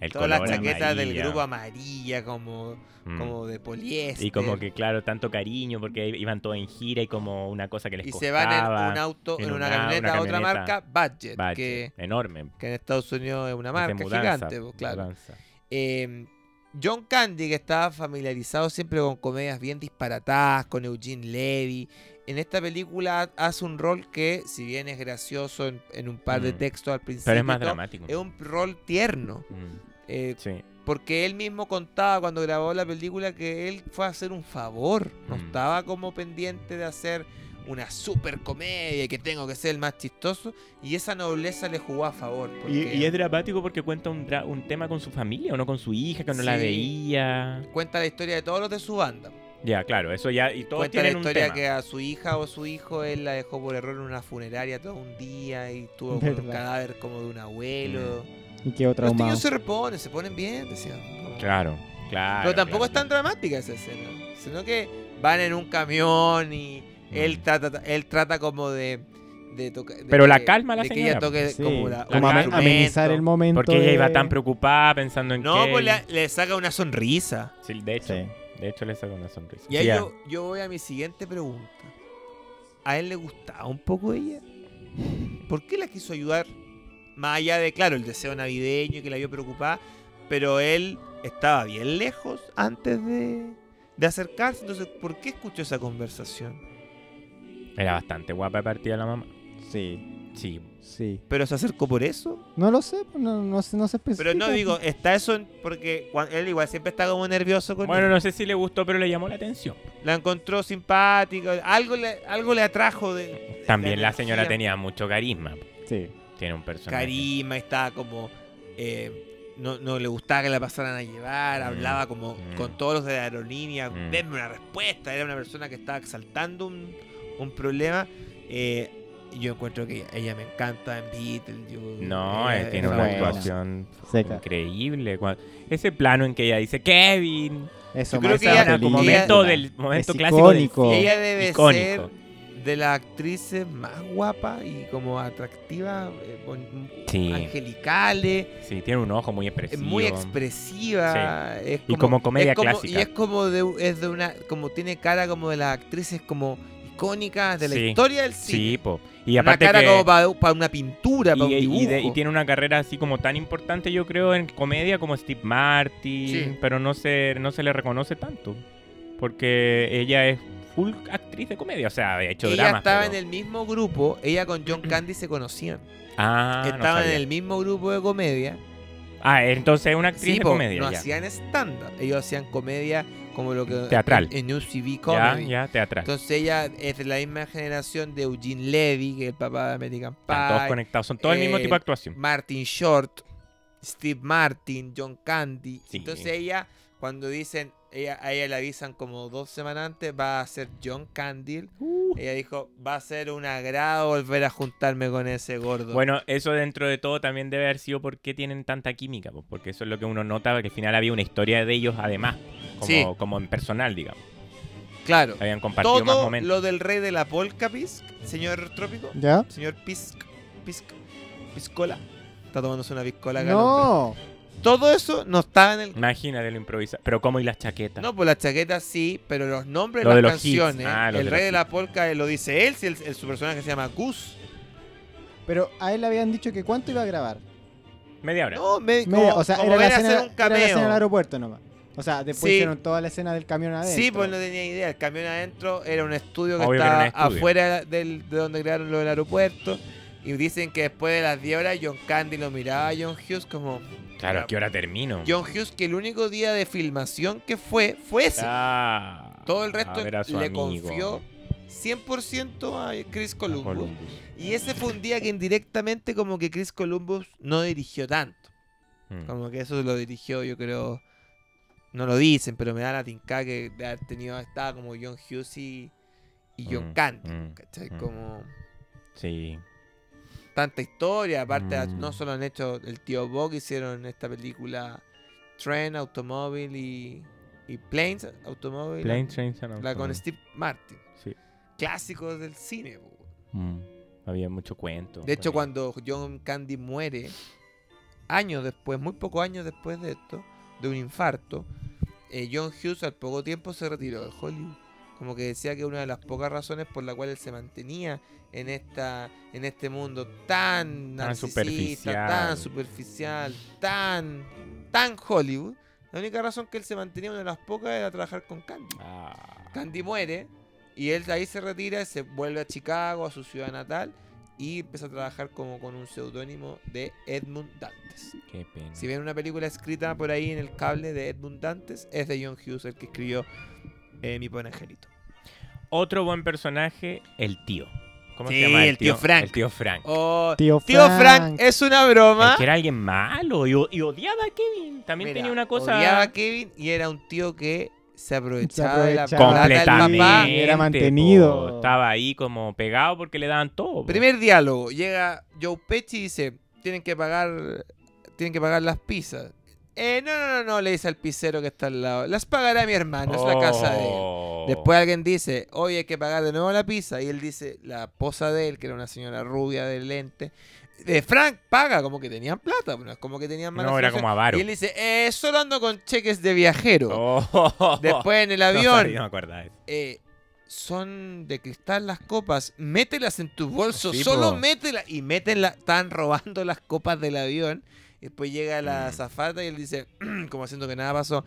El Todas las color chaquetas del amarillo. grupo amarilla como, Mm. como este. de poliéster. Y como que, claro, tanto cariño, porque i- iban todos en gira y como una cosa que les y se costaba. van en un auto, en, en una, una- camioneta, una otra marca, camioneta. Budget, Bache, Que, enorme. que en Estados Unidos es una Hace marca mudanza, gigante, pues, claro. mudanza. Eh, John Candy, que estaba familiarizado siempre con comedias bien disparatadas, con Eugene Levy, en esta película hace un rol que, si bien es gracioso en, en un par de Mm. textos al principio, Pero es más y todo, dramático. es un rol tierno, Mm, eh, Sí. porque él mismo contaba cuando grabó la película que él fue a hacer un favor, no Mm. estaba como pendiente de hacer una super comedia y que tengo que ser el más chistoso, y esa nobleza le jugó a favor. Y, porque y es dramático porque cuenta un, dra- un tema con su familia, o no con su hija, que no la Sí. veía. Cuenta la historia de todos los de su banda. Ya, claro, eso ya. Y todos Cuenta la tienen un historia tema. que a su hija o su hijo él la dejó por error en una funeraria todo un día y tuvo con un Verdad. cadáver como de un Mm. abuelo. Y quedó Los traumado. niños se reponen, se ponen bien, decían. Claro, claro. Pero tampoco claro, es tan claro. dramática esa escena, sino que van en un camión y él Mm. trata, él trata como de, de toca- de Pero la que- calma la de que señora, ella toque Sí, como, la, como un amen- instrumento. amenizar el momento. Porque ella iba de- tan preocupada pensando en No, que. pues le, le saca una sonrisa. Sí, de hecho, Sí. de hecho le saca una sonrisa. Y ahí Sí, ya. yo, yo voy a mi siguiente pregunta. ¿A él le gustaba un poco ella? ¿Por qué la quiso ayudar? Más allá de, claro, el deseo navideño y que la vio preocupada, pero él estaba bien lejos antes de, de acercarse. Entonces, ¿por qué escuchó esa conversación? Era bastante guapa de partida la mamá. Sí, Sí. sí. ¿Pero se acercó por eso? No lo sé, no, no, se- no se especifica. Pero no digo, está eso en- porque cuan- él igual siempre está como nervioso con Bueno, él. no sé si le gustó, pero le llamó la atención. La encontró simpática, algo le, algo le atrajo de También la señora energía. tenía mucho carisma. Sí. Tiene un personaje. carisma, estaba como. eh, no, no le gustaba que la pasaran a llevar, Mm, hablaba como mm. con todos los de la aerolínea, Mm. denme una respuesta. Era una persona que estaba exaltando un, un problema. eh, y yo encuentro que ella, ella me encanta en Beatles. yo- No, ella eh, es tiene una buena. actuación Seca. increíble. Cua- Ese plano en que ella dice Kevin. Eso Yo creo más que ella- esa como película. momento del- momento Es clásico del icónico. cine. Ella debe Icónico. ser de las actrices más guapas y como atractivas, eh, bon- Sí, angelicales, sí, tiene un ojo muy es expresivo. eh, muy expresiva. es Y como comedia es como- clásica. Y es como de, es de una, como tiene cara como de las actrices como icónicas de la Sí, historia del Sí, cine. po. Y una aparte cara que- como para, una pintura, para un y, eh, dibujo. y de- y tiene una carrera así como tan importante, yo creo, en comedia como Steve Martin, Sí. pero no se, no se le reconoce tanto. Porque ella es full actriz de comedia, o sea, ha hecho ella dramas. estaba pero- Mm. en el mismo grupo, ella con John Candy se conocían. Ah, no Estaban en sabía. el mismo grupo de comedia. Ah, entonces es una actriz Sí, de po, comedia. no ya. hacían stand Ellos hacían comedia como lo que. Teatral. En, en UCB ya, Comedy. ya, teatral. Entonces ella es de la misma generación de Eugene Levy, que es el papá de American Están todos Pie, conectados, son todo el mismo eh, tipo de actuación. Martin Short, Steve Martin, John Candy. Sí. Entonces ella, cuando dicen, ella, a ella le avisan como dos semanas antes, va a ser John Candy. Uh. Ella dijo, va a ser un agrado volver a juntarme con ese gordo. Bueno, eso dentro de todo también debe haber sido por qué tienen tanta química, po, porque eso es lo que uno nota, que al final había una historia de ellos además, como, Sí. como en personal, digamos. claro. Habían compartido más Todo momentos. lo del rey de la polka, Pisk, señor Trópico, ¿Ya? señor Pisk, Pisk, Piscola. Está tomándose una piscola acá el hombre. No. Todo eso no estaba en el. Imagínate lo improvisa. Pero ¿cómo y las chaquetas? No, pues las chaquetas sí, pero los nombres Lo de de las los hits. canciones. Ah, los el de rey los de la polca eh, lo dice él, si el, el- su personaje se llama Gus. Pero a él le habían dicho que cuánto iba a grabar. Media hora. No, me, Media- como, o sea, como era la, era escena, hacer un era la escena del cameo. aeropuerto nomás. O sea, después Sí. hicieron toda la escena del camión adentro. Sí, pues no tenía idea. El camión adentro era un estudio que Obvio que era estaba un estudio. afuera del, de donde crearon lo del aeropuerto. Y dicen que después de las 10 horas John Candy lo miraba a John Hughes como... Claro, ¿qué hora termino? John Hughes que el único día de filmación que fue fue ese. Ah, Todo el a resto ver a su le amigo, confió 100% a Chris a Columbus. Columbus. Y ese fue un día que indirectamente como que Chris Columbus no dirigió tanto. Mm. Como que eso lo dirigió, yo creo. No lo dicen, pero me da la tinca que de haber tenido estaba como John Hughes y, y John Mm, Candy. mm, ¿cachai? mm. Como Sí. tanta historia. Aparte, Mm. no solo han hecho el tío Bob, hicieron esta película Tren, Automóvil y, y Planes, Automóvil. Plane, Trains and La con Automobiles. Steve Martin. Sí. Clásicos del cine. po. Mm. Había mucho cuento. De hecho, también. cuando John Candy muere, años después, muy pocos años después de esto, de un infarto, eh, John Hughes al poco tiempo se retiró de Hollywood. Como que decía que una de las pocas razones por la cual él se mantenía en esta en este mundo tan Tan narcisista, superficial. tan superficial, tan tan Hollywood, la única razón que él se mantenía una de las pocas era trabajar con Candy. Ah. Candy muere y él de ahí se retira, se vuelve a Chicago, a su ciudad natal y empieza a trabajar como con un seudónimo de Edmund Dantes. Qué pena. Si ven una película escrita por ahí en el cable de Edmund Dantes, es de John Hughes el que escribió eh, Mi buen angelito. Otro buen personaje, el tío. ¿Cómo Sí, se llama? el tío Frank. El tío Frank. Oh, Tío tío Frank. Frank eh. es una Es broma. que era alguien malo y, o- y odiaba a Kevin. También Mira, tenía una cosa. Odiaba a Kevin y era un tío que se aprovechaba, de la plata del completamente. papá. Era mantenido. po. Estaba ahí como pegado porque le daban todo. po. Primer diálogo, llega Joe Pesci y dice, tienen que pagar, tienen que pagar las pizzas. Eh, no, no, no, no, le dice al pizzero que está al lado. Las pagará mi hermano, es la casa de él. Oh. Después alguien dice, oye, hay que pagar de nuevo la pizza. Y él dice, la esposa de él, que era una señora rubia de lente. eh, Frank paga, como que tenían plata, no es como que tenían mala No, era situación. como avaro. Y él dice, eh, solo ando con cheques de viajero. Oh. Después en el No, avión, sorry, no me acuerdo de eso. eh, son de cristal las copas, mételas en tu bolso, Sí, solo po. mételas. Y métenlas, están robando las copas del avión. Y después llega la Mm. azafata y él dice, como haciendo que nada pasó,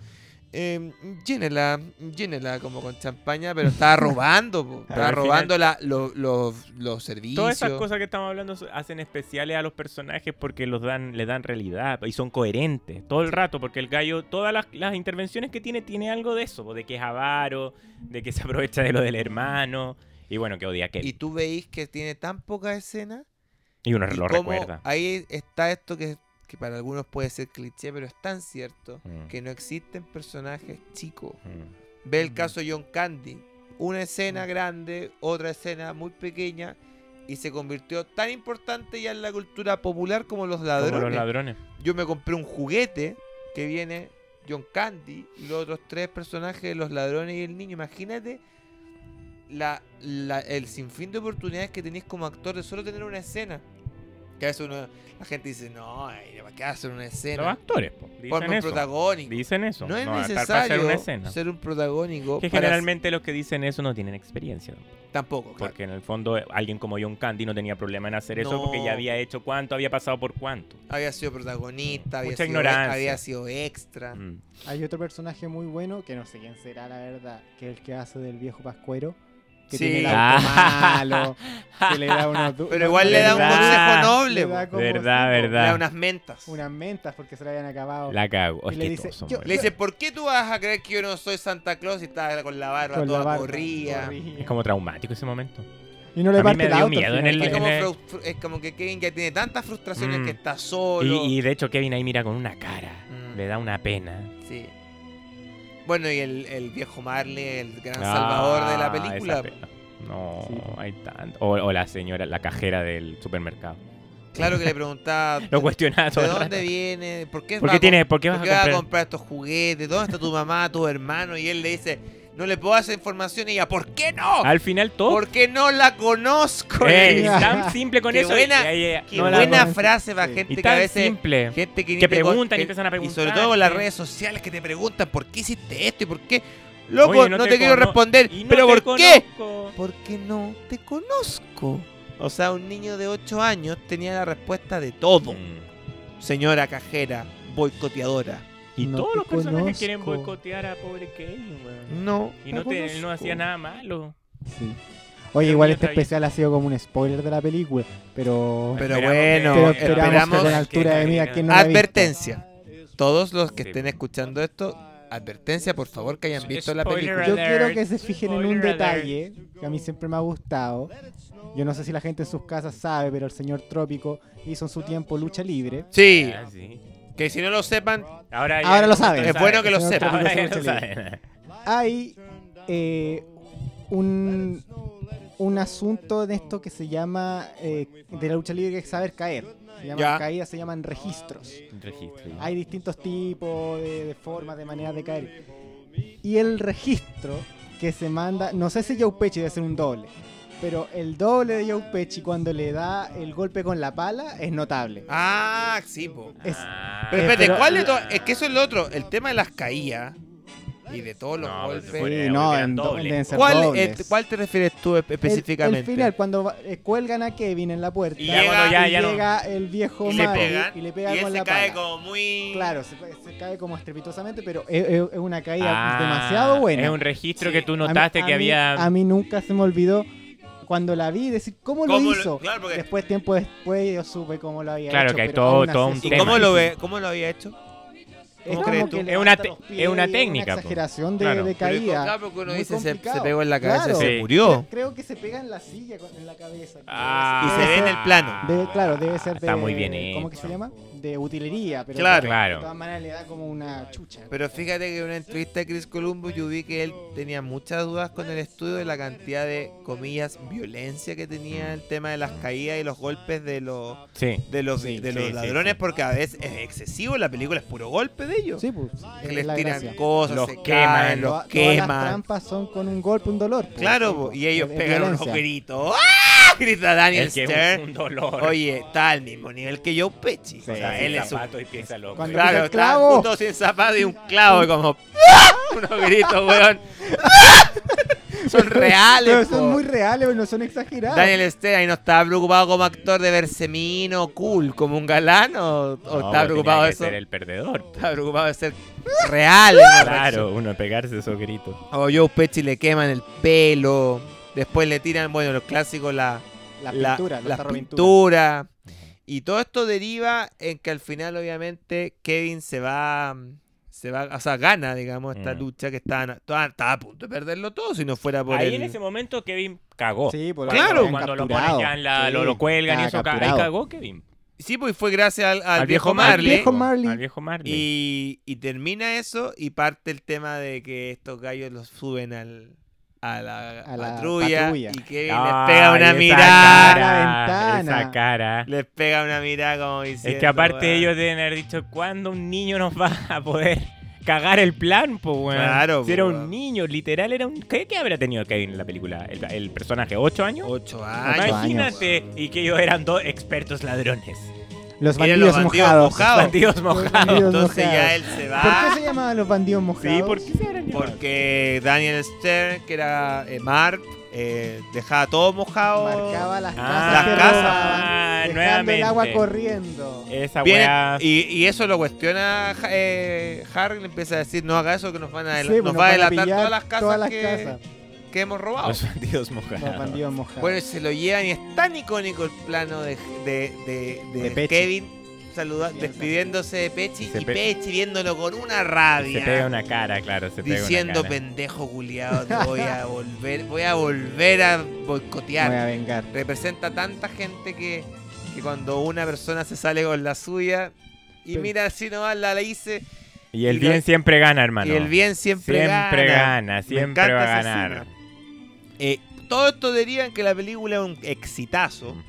eh, llénela, llénela como con champaña, pero estaba robando, po. estaba al final- robando la- lo- lo- los servicios. Todas esas cosas que estamos hablando hacen especiales a los personajes porque los dan, le dan realidad y son coherentes todo el rato, porque el gallo, todas las, las intervenciones que tiene, tiene algo de eso, de que es avaro, de que se aprovecha de lo del hermano, y bueno, que odia a Y Kevin. tú veis que tiene tan poca escena Y, uno Y lo cómo recuerda. Ahí está esto que, que para algunos puede ser cliché, pero es tan cierto Mm. que no existen personajes chicos. Mm. Ve el caso de John Candy. Una Ah. escena grande, otra escena muy pequeña, y se convirtió tan importante ya en la cultura popular como los ladrones. Como los ladrones. Yo me compré un juguete que viene John Candy y los otros tres personajes, los ladrones y el niño. Imagínate la, la- el sinfín de oportunidades que tenéis como actor de solo tener una escena. Que a veces uno- la gente dice, no, ay, ¿para qué hacer una Los escena? actores, po. dicen Ponme un eso. protagónico. Dicen eso. No es estar para hacer necesario una escena. ser un protagónico. Que para- generalmente los que dicen eso no tienen experiencia. ¿no? Tampoco, claro. Porque en el fondo eh, alguien como John Candy no tenía problema en hacer eso No. porque ya había hecho cuánto, había pasado por cuánto. Había sido protagonista, había Mucha sido, ignorancia. había sido extra. Mm. Hay otro personaje muy bueno, que no sé quién será la verdad, que es el que hace del viejo Pascuero. Que Sí. tiene el auto Ah. malo, que le da unos du- Pero igual le da un ¿Verdad? consejo le noble. pues. po. da Le como- Verdad, sí, po, verdad. da unas mentas. Unas mentas porque se le habían acabado. La cago. Oh, Y Es le que dice, todos son yo- buenos. Le dice, ¿por qué tú vas a creer que yo no soy Santa Claus y estás con la barba con la toda barba, corrida? corrida. Es como traumático ese momento. Y no a le mí parte me el dio auto. al miedo en final, Es el- tampoco. como, Tiene- fru- fru- es como que Kevin ya tiene tantas frustraciones Mm. que está Y, solo. y de hecho Kevin ahí mira con una cara. Mm. Le da una pena. Sí. Bueno, y el, el viejo Marley, el gran Ah, salvador de la esa película. pena. No, Sí. hay tanto. O, o la señora, la cajera del supermercado. Claro que le preguntaba, Lo ¿de cuestionaba todo el rato. dónde viene? ¿Por qué, ¿Por va qué, a com- tienes, ¿Por qué por vas qué a vas comprar? a comprar estos juguetes? ¿Dónde está tu mamá, tu hermano? Y él le dice, No le puedo dar esa información y ella, ¿por qué no? Al final todo. Porque no la conozco. Eh, Y- ella. tan simple con Qué eso. buena- Y ahí- eh, Qué no la buena conozco. frase para Sí. gente Y que a tan veces. simple. Gente que, ni Que te con- preguntan y que- empiezan a Y sobre todo con preguntarte. las redes sociales que te preguntan por qué hiciste esto y por qué. Loco, Oye, no, te, te quiero cono- responder. y no ¿Pero te por qué? conozco. Porque no te conozco. O sea, un niño de 8 años tenía la respuesta de todo. Mm. Señora cajera, boicoteadora. Y No todos te los personajes quieren conozco. boicotear a pobre Kenny, weón. No. Y la no, te, él no conozco. hacía nada malo. Sí. Oye, Pero igual mira, este está bien. especial ha sido como un spoiler de la película, pero... Pero Esperamos bueno, que- Pero esperamos esperamos que con que altura de mira que no la ha visto. Advertencia. Todos los que Sí. estén escuchando esto, advertencia, por favor, que hayan visto la Spoiler película. alert. Yo quiero que se fijen en un Spoiler detalle que a mí siempre me ha gustado. Yo no sé si la gente en sus casas sabe, pero el señor Trópico hizo en su tiempo lucha libre. Sí, Ah, sí. que si no lo sepan, Ahora, ya- Ahora lo saben. Es bueno que lo El señor sepan. Trópico Ahora hizo ya lo lucha libre. saben. Hay eh, un, un asunto de esto que se llama, eh, de la lucha libre que es saber caer. Se llaman Ya. caídas, se llaman registros. Registro. Hay distintos tipos de, de formas, de maneras de caer. Y el registro que se manda, no sé si Joe Pesci debe ser un doble, pero el doble de Joe Pesci cuando le da el golpe con la pala es notable. Ah, sí, po. Es- Ah, Pero espérate, pero- ¿cuál de todo? Es que eso es lo otro. El tema de las caídas y de todos los No, golpes. pues, bueno, Sí, eh, no, eran en do- dobles. deben ser ¿Cuál, dobles. eh, ¿Cuál te refieres tú espe- El- específicamente? El, final, cuando va- eh, cuelgan a Kevin en la puerta, Y ya cuando ya- ya no- llega el viejo Y le Mario pegan, y le pega y él con se la cae pala. como muy. Claro, se, se cae como estrepitosamente, pero es, es- es una caída Ah, demasiado buena. Es un registro Sí. que tú A mí- notaste a que mí- había. A mí nunca se me olvidó cuando la vi decir cómo, ¿Cómo lo lo- hizo. claro, porque- Después, tiempo después, yo supe cómo lo había Claro hecho. que hay pero todo- aún así todo un es ¿Y tema. cómo difícil. lo, ve, cómo lo había hecho? Es ¿Cómo como crees que tú? Es levanta una te- los es pies, una técnica, po. exageración de, Claro. de Pero caída. claro, porque uno muy dice, se, se complicado. pegó en la cabeza, Claro. se Sí. murió. Creo que se pega en la silla con- en la cabeza. Ah, Y se ve en el plano. Debe- claro, debe ser de. Está muy bien ¿Cómo hecho. que se llama? De utilería. Pero Claro. De Claro. todas maneras le da como una chucha. Pero fíjate que en una entrevista de Chris Columbus yo vi que él tenía muchas dudas con el estudio de la cantidad de, comillas, violencia que tenía el tema de las caídas y los golpes de los Sí. de los, de sí, los sí, ladrones sí. porque a veces es excesivo, la película es puro golpe de ellos. Sí, pues. Que es les la tiran gracia. cosas, Los se queman, caen, Toda- los todas Las queman. trampas son con un golpe, un dolor. pues, Claro, sí, po, pues, y ellos es pegan unos violencia. gritos. ¡Ah! Grita Daniel Es que es Stern. un dolor. Oye, está al mismo nivel que Joe Pesci. Sí, o sea, él es un zapato y piensa loco. Cuando- Claro, Mira el está clavo. justo sin zapato y un clavo y como unos gritos, weón. son Pero reales. po. son muy reales, pero no son exagerados. Daniel Stern ahí no estaba preocupado como actor de verse mino, cool, como un galán, o, o No, estaba pues, preocupado tenía de que eso. ser el perdedor. Estaba preocupado de ser real. ¿no? Claro, uno pegarse esos gritos. O Joe Pesci le queman el pelo. Después le tiran, bueno, los clásicos, la, La la- pintura, la, las tarro pintura. pinturas. Y todo esto deriva en que al final, obviamente, Kevin se va. Se va, o sea, gana, digamos, esta Mm. lucha que estaba, estaba, estaba a punto de perderlo todo si no fuera por Ahí el- en ese momento Kevin cagó. Sí, pues, Cuando- Claro. Cuando lo capturado. ponen ya en la. Sí, Lo, lo cuelgan y estaba eso. ca- Ahí capturado. cagó Kevin. Sí, pues fue gracias al, al Al viejo viejo Marley. Al viejo Marley. Al viejo Marley. Y, y termina eso y parte el tema de que estos gallos los suben al, a la, A la patrulla, patrulla. y Kevin Ay, les pega una esa mirada. La cara, ventana. Esa cara. Les pega una mirada como diciendo. Es que aparte "Weón". ellos deben haber dicho, ¿cuándo un niño nos va a poder cagar el plan, po, weón? Claro, po, Si era weón. un niño, literal, era un... ¿Qué, qué habrá tenido Kevin en la película? ¿El, el personaje? ¿Ocho años? Ocho años. años. Imagínate, y que ellos eran dos expertos ladrones. Los Eran bandidos, los bandidos mojados. mojados. Bandidos Los mojados. bandidos Entonces mojados. ya él se ¿Por qué va. se llamaban los bandidos mojados? Sí, ¿por qué se habrán llevado? Porque Daniel Stern, que era eh, Mark, eh, dejaba todo mojado. Marcaba las Ah, casas. las que casas. Eh, robaban, Ah, dejando nuevamente. el agua corriendo. Esa Viene- weá... y, y eso lo cuestiona ja- eh, Harry, le empieza a decir, no haga eso que nos van a, del- Sí, pues, nos nos va a van a delatar pillar todas las casas, todas las que, casas. que hemos robado. Los bandidos mojados. Los bandidos mojados. Bueno, y se lo llevan y es tan icónico el plano de, de, de- de De Pechi. Kevin saluda- Bien, despidiéndose de Pechi Se y pe- Pechi viéndolo con una Se rabia. pega una cara, claro, se pega diciendo, una cara. pendejo culiado, te voy a volver, voy a volver a boicotear. Voy a vengar. Representa tanta gente que, que cuando una persona se sale con la suya y Pero- mira así nomás la, la hice Y el y bien lo- siempre gana, hermano. y el bien siempre, Siempre gana. gana, Me siempre encanta va a esa ganar. escena. Eh, todo esto deriva en que la película es un exitazo. Ujú.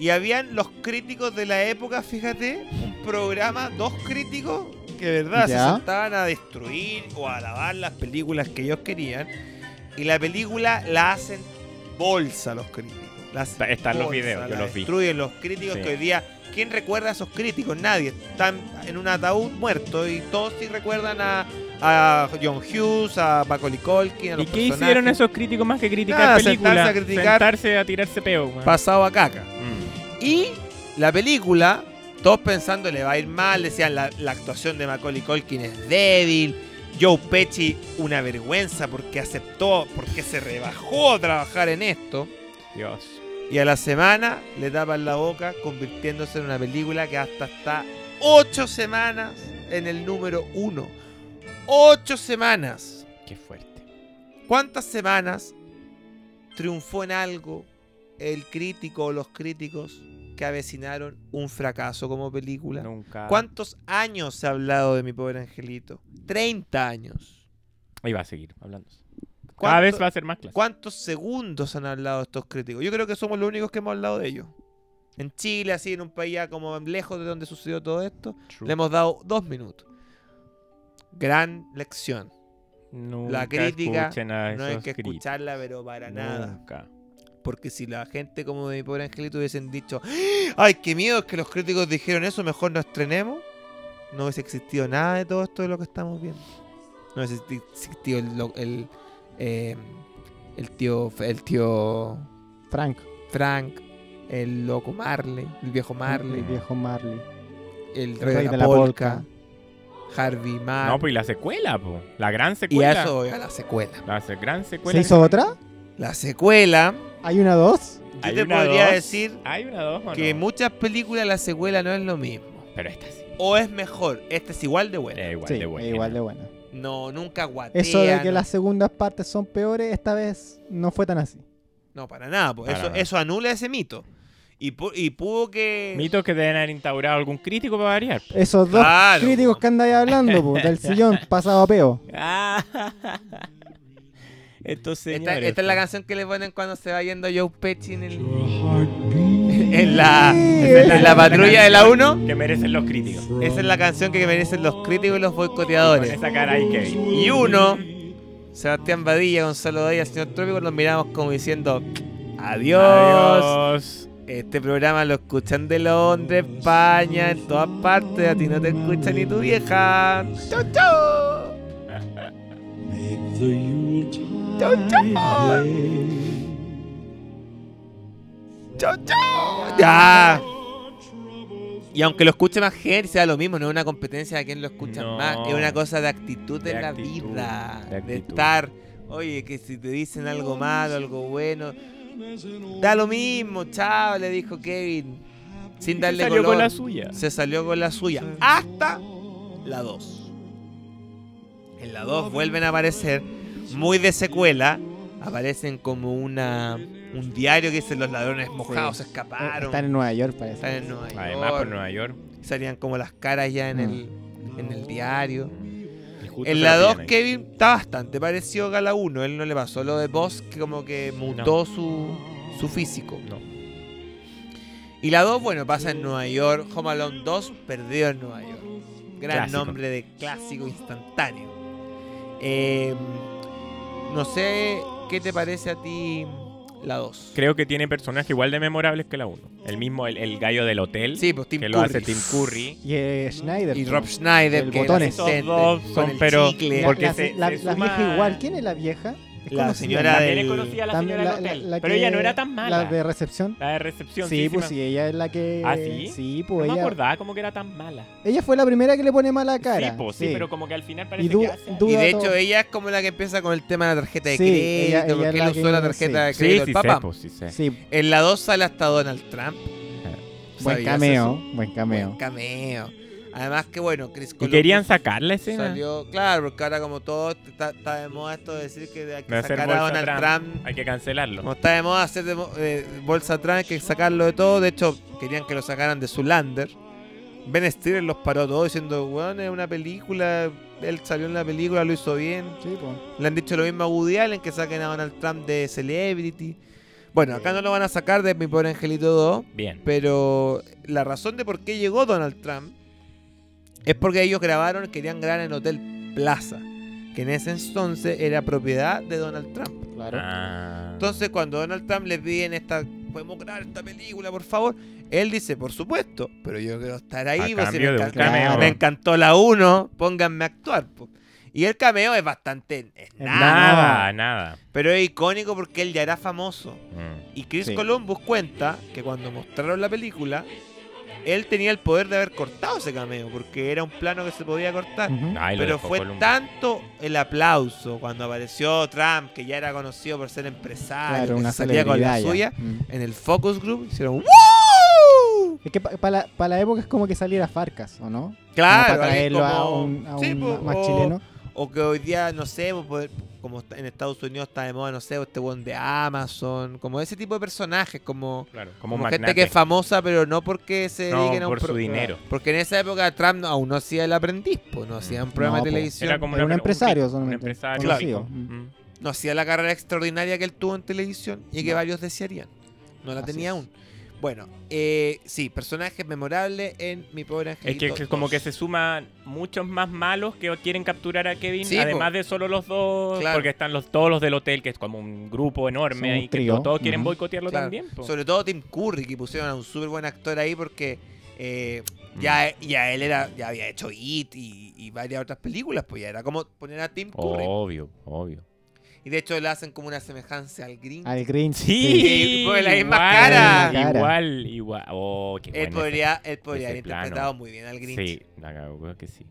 Y habían los críticos de la época, fíjate, un programa, dos críticos que de verdad se Ya. sentaban a destruir o a alabar las películas que ellos querían. Y la película la hacen bolsa los críticos. La hacen Está- están los bolsa, videos, yo la los vi. Destruyen los críticos Sí. que hoy día. ¿Quién recuerda a esos críticos? Nadie. Están en un ataúd muerto y todos sí recuerdan a, a John Hughes, a Macaulay Culkin, a los ¿Y qué personajes. hicieron esos críticos más que criticar Nada, películas? sentarse a criticar. Sentarse a tirarse peo, weón. Pasado a caca. Mm. Y la película, todos pensando le va a ir mal, decían la, la actuación de Macaulay Culkin es débil, Joe Pesci una vergüenza porque aceptó, porque se rebajó a trabajar en esto. Dios. Y a la semana le tapan la boca convirtiéndose en una película que hasta está ocho semanas en el número uno. Ocho semanas. Qué fuerte. ¿Cuántas semanas triunfó en algo el crítico o los críticos que avecinaron un fracaso como película? Nunca. ¿Cuántos años se ha hablado de mi pobre angelito? 30 años. Ahí va a seguir hablando. Cada ¿Cuánto- vez va a ser más clásico. ¿Cuántos segundos han hablado estos críticos? Yo creo que somos los únicos que hemos hablado de ellos. En Chile, así, en un país ya como lejos de donde sucedió todo esto, True. le hemos dado dos minutos. Gran lección. Nunca crítica escuchen a No hay esos que críticos. escucharla, pero para nada. Nunca. Porque si la gente como de mi pobre angelito hubiesen dicho, ay, qué miedo es que los críticos dijeron eso, mejor no estrenemos, no hubiese existido nada de todo esto de lo que estamos viendo. No hubiese exi- existido el, lo- el, eh, el tío el tío Frank. Frank, el loco Marley, el viejo El Marley, viejo Marley. el El rey, de la polca, Harvey No, Marley. pues y la secuela, po. La gran y secuela. a eso voy a la secuela. La se- gran ¿Se secuela. hizo otra? La secuela, ¿Hay una dos? Hay yo te una podría dos. decir Hay una dos, ¿o que en no? muchas películas la secuela no es lo mismo. Pero esta sí. o es mejor. Esta es igual de buena. Es igual sí, de buena. igual de buena. No, nunca guatea. Eso de que no, las segundas partes son peores, esta vez no fue tan así. no, para nada. pues, Para eso, nada. eso anula ese mito. Y, pu- y pudo que... Mitos que deben haber instaurado algún crítico para variar. Esos dos Claro, críticos po. que andáis hablando, po, del sillón pasado a peo. Estos Esta, señores. esta es la canción que le ponen cuando se va yendo Joe Pesci en, el- en En la, en la patrulla de la 1. Que merecen los críticos. Esa es la canción que merecen los críticos y los Con boicoteadores. esa cara ahí, Kevin. Y uno, Sebastián Badilla, Gonzalo Díaz, señor Trópico, los miramos como diciendo... Adiós. Adiós. Este programa lo escuchan de Londres, España, en todas partes. A ti no te escucha ni tu vieja. ¡Chau, chau! Make the Yuletide ¡Chau, chau! ¡Ya! Y aunque lo escuche más gente, sea lo mismo. No es una competencia de quién lo escucha No. más. Es una cosa de actitud De en la actitud, vida. de De, actitud. estar... Oye, que si te dicen algo malo, algo bueno... Da lo mismo, chao, le dijo Kevin. Sin Se darle salió color. con la suya. se salió con la suya. Hasta la 2. En la 2 vuelven a aparecer, muy de secuela. Aparecen como una un diario que dice los ladrones mojados Oh, se escaparon. Están en Nueva York, parece. Están en Nueva Además, York. por Nueva York. Salían como las caras ya en el, Mm. en el diario. y justo se En la lo 2 pillan ahí. Kevin está bastante parecido a la 1. Él no le pasó lo de Boss que como que mutó su, su físico. No. Y la 2, bueno, pasa Mm. en Nueva York. Home Alone 2, perdido en Nueva York. Gran Clásico. nombre de clásico instantáneo. Eh, no sé qué te parece a ti la 2. Creo que tiene personajes igual de memorables que la 1. El mismo, el, el gallo del hotel. Sí, pues Tim que Curry. lo hace Tim Curry. Y eh, Schneider. Y po. Rob Schneider, El que era botones. asistente, Esos dos con son, el pero- chicle. La, porque la- se- la- se la suma- vieja igual. ¿Quién es la vieja? Es La conocida. señora También del- es conocida la También señora del la- hotel. la- la pero que- ella no era tan mala. La de recepción. La de recepción. Sí, pues me- sí, ella es la que. ¿Ah, sí? pues no me ella. acordaba como que era tan mala. Ella fue la primera que le pone mala cara. sí, pues sí, pero como que al final parece Y du- que hace algo. du- Y de duda hecho todo. ella es como la que empieza con el tema de la tarjeta de Sí, crédito, ella- ella porque es la él usó que- la tarjeta de sí. crédito del papá. pues sí sé. Sí, En la 2 sale hasta Donald Trump. buen Eh, Sabías cameo, eso. buen Buen cameo. cameo. Además que bueno, Chris Y Columbus querían sacar la escena. Salió, claro, porque ahora como todo está, está de moda esto de decir que hay De que hacer sacar a bolsa Donald Trump. Trump. Hay que cancelarlo. Como está de moda hacer de mo- eh, bolsa Trump, hay que sacarlo de todo. De hecho, querían que lo sacaran de Zulander. Ben Stiller los paró todos diciendo, weón, es una película, él salió en la película, lo hizo bien. Sí, pues. Le han dicho lo mismo a Woody Allen que saquen a Donald Trump de Celebrity. Bueno, acá no lo van a sacar de mi pobre angelito 2, Bien. pero la razón de por qué llegó Donald Trump Es porque ellos grabaron, querían grabar en el Hotel Plaza, que en ese entonces era propiedad de Donald Trump. Claro. Ah. Entonces, cuando Donald Trump le piden esta, podemos grabar esta película, por favor, él dice, por supuesto, pero yo quiero estar ahí, A pues, si me, cambio de un encan- cameo. me encantó la 1, pónganme a actuar. po". Y el cameo es bastante... es nada, Nada, nada. Pero es icónico porque él ya era famoso. Mm. Y Chris Sí. Columbus cuenta que cuando mostraron la película, él tenía el poder de haber cortado ese cameo, porque era un plano que se podía cortar. Ujú. Ay, lo Pero dejó fue Columbus. tanto el aplauso cuando apareció Trump, que ya era conocido por ser empresario, Claro, que una se salía con la celebridad suya, ya. Mm. en el focus group hicieron ¡Woo! Es que para la, pa la época es como que saliera Farcas, ¿o no? Claro, Como para alguien traerlo a como- un, a un Sí, po, más o- chileno. O que hoy día, no sé, po, poder- como está- en Estados Unidos está de moda, no sé, este buen de Amazon, como ese tipo de personajes, como Claro, como, Como, un gente magnate. que es famosa, pero no porque se No, dediquen a un por su pro- dinero. Porque en esa época Trump no- aún no hacía el aprendiz, pues, no hacía un programa No, de po. televisión, Mm, Era como Era una- un empresario Un, solamente, empresario. conocido. rico. Mm. Mm. no hacía la carrera extraordinaria que él tuvo en televisión y que varios desearían. No la Así tenía es. aún. Bueno, eh, sí, personajes memorables en Mi Pobre Es Angelito. que, que como 2. que se suman muchos más malos que quieren capturar a Kevin, Sí, además de solo los dos, Claro. porque están los todos los del hotel, que es como un grupo enorme Son un ahí, que trío. to- todos quieren Ujú. boicotearlo Claro. también. po. Sobre todo Tim Curry, que pusieron a un súper buen actor ahí porque eh, ya, Mm. ya él era ya había hecho It y, y varias otras películas, pues ya era como poner a Tim Oh. Curry. Obvio, obvio. Y de hecho le hacen como una semejanza al Green. Al Grinch. Sí, pues, la misma igual, cara. Igual, igual. Oh, qué Él bueno podría, él podría haber ese plano. interpretado muy bien al Grinch. Sí, la cago, creo que sí.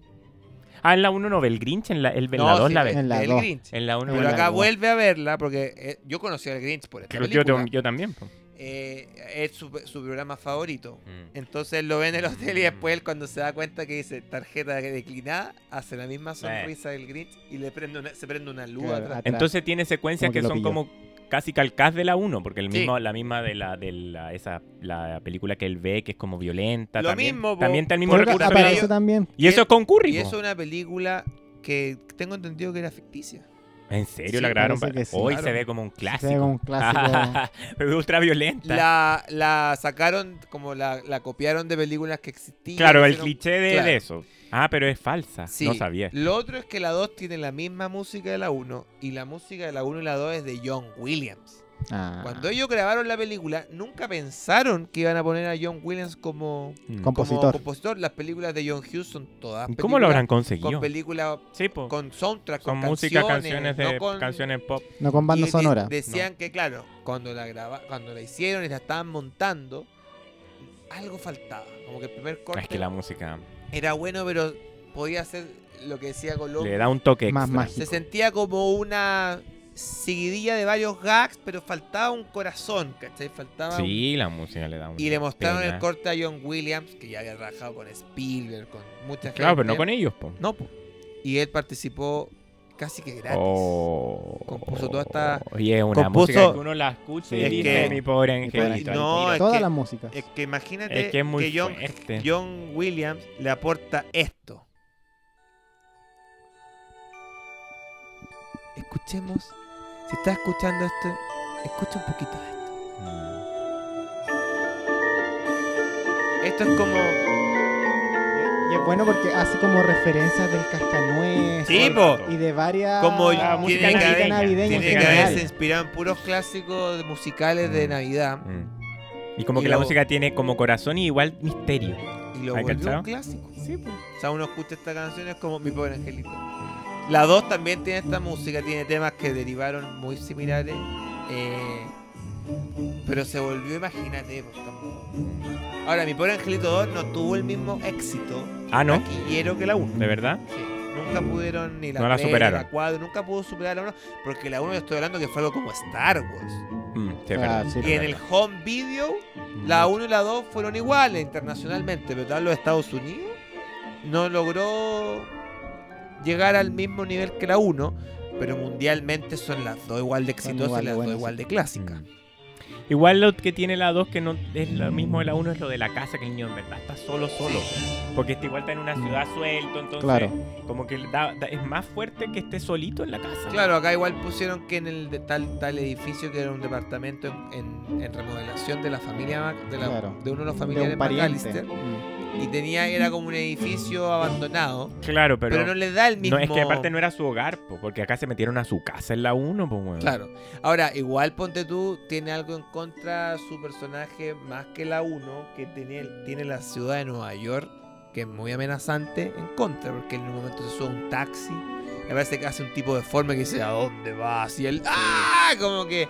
Ah, en la 1 no ve el Grinch, en la, el No, velador sí, la el- ve. En la el dos. Grinch. En la 1 Pero la acá dos. vuelve a verla porque eh, yo conocí al Grinch por esta yo, película. yo también. po. Eh, es su, su programa favorito. Mm. Entonces él lo ve en el hotel y después él cuando se da cuenta que dice tarjeta declinada, hace la misma sonrisa del Grinch y le prende una- se prende una luz Claro, atrás. atrás. Entonces tiene secuencias Como que que, lo son pilló. como casi calcás de la 1, porque el Sí. mismo, la misma de la de la, esa, la película que él ve, que es como violenta. Lo también, mismo, po. También está el mismo Creo que recurso. para que- aparece ellos- también. Y eso es con Curry. Y po. eso es una película que tengo entendido que era ficticia. ¿En serio Sí, la grabaron? parece para- que sí. Hoy se Claro. ve como un Ah, clásico. Se ve como un clásico. Pero ultra violenta. La, la sacaron, como la, la copiaron de películas que existían. Claro, el hicieron- cliché de, claro. de eso. Ah, pero es falsa. Sí. No sabía. Lo otro es que la 2 tiene la misma música de la 1 y la música de la 1 y la 2 es de John Williams. Ah. Cuando ellos grabaron la película, nunca pensaron que iban a poner a John Williams como Mm. Comp- ¿Cómo, como Compositor. compositor. Las películas de John Hughes son todas lo películas habrán conseguido? con películas sí, po. Con, con soundtrack, con, música, canciones, canciones, de, no con- canciones pop. No con banda y de- sonora. decían que claro, cuando la graba, cuando la hicieron y la estaban montando, algo faltaba, como que el primer corte Es que la música era bueno, pero podía ser lo que decía Colón le da un toque Más extra. mágico. Se sentía como una seguidilla de varios gags, pero faltaba un corazón, ¿cachai? Faltaba un- Sí, la música le da un Y le mostraron el corte. corte a John Williams, que ya había trabajado con Spielberg, con mucha Claro, pero gente. no con ellos, po. No, po. y él participó casi que gratis. Oh. Compuso toda esta- Y es una compuso- música que uno la escucha y Es dice, que- mi pobre pobre angelito. pues, No, al tiro". es Toda que- la música. Es que imagínate es que es muy John, fuerte. John Williams le aporta esto. Escuchemos. Si estás escuchando esto, escucha un poquito de esto. Mm. Esto es como. Y es bueno porque hace como referencias del cascanueces. Sí, po. Y de varias. Como la tiene música que haber- navideña, navideña en Tiene que general. haberse inspirado en puros clásicos de- musicales de Mm. Navidad. Mm. Y como Y que la lo- música tiene como corazón y igual misterio. Y lo ¿Hay volvió cachado? un clásico. O sea, uno escucha esta canción es como Mi Pobre Angelito. La 2 también tiene esta música, tiene temas que derivaron muy similares. eh, pero se volvió, imagínate. pues, tampoco. Ahora, Mi Pobre Angelito 2 no tuvo el mismo éxito Ah, ¿no? taquillero que la 1. ¿De verdad? Nunca pudieron ni la, No la tres, ni superaron. la 4, nunca pudo superar la 1. Porque la 1 yo estoy hablando que fue algo como Star Wars. Mm, sí, es Ah, verdad. sí, es Y en el verdad. home video la 1 y la 2 fueron iguales internacionalmente, pero tal los Estados Unidos no logró llegar al mismo nivel que la 1, pero mundialmente son las dos igual de Son exitosas igual y las de dos buenas, igual sí. de clásicas. Mm. Igual lo que tiene la 2 que no es lo mismo de la 1 es lo de la casa, que el niño en verdad está solo, solo. Porque este igual está en una ciudad suelto, entonces Mm. Claro. como que da- da- es más fuerte que esté solito en la casa. Claro, acá igual pusieron que en el de tal, tal edificio que era un departamento en, en- en remodelación de la familia Mac- de, la- Claro. de uno de los De familiares un pariente. McAllister, Mm. y tenía era como un edificio abandonado, Claro, pero, pero, no le da el mismo. no, es que aparte no era su hogar, po, porque acá se metieron a su casa en la 1, pues, weón. Claro. Ahora, igual Ponte tú tiene algo en contra su personaje más que la 1, que tiene, tiene la ciudad de Nueva York, que es muy amenazante, en contra, porque en un momento se sube a un taxi. Me parece que hace un tipo de forma que dice, ¿a dónde vas? Y él, ¡ah! Como que...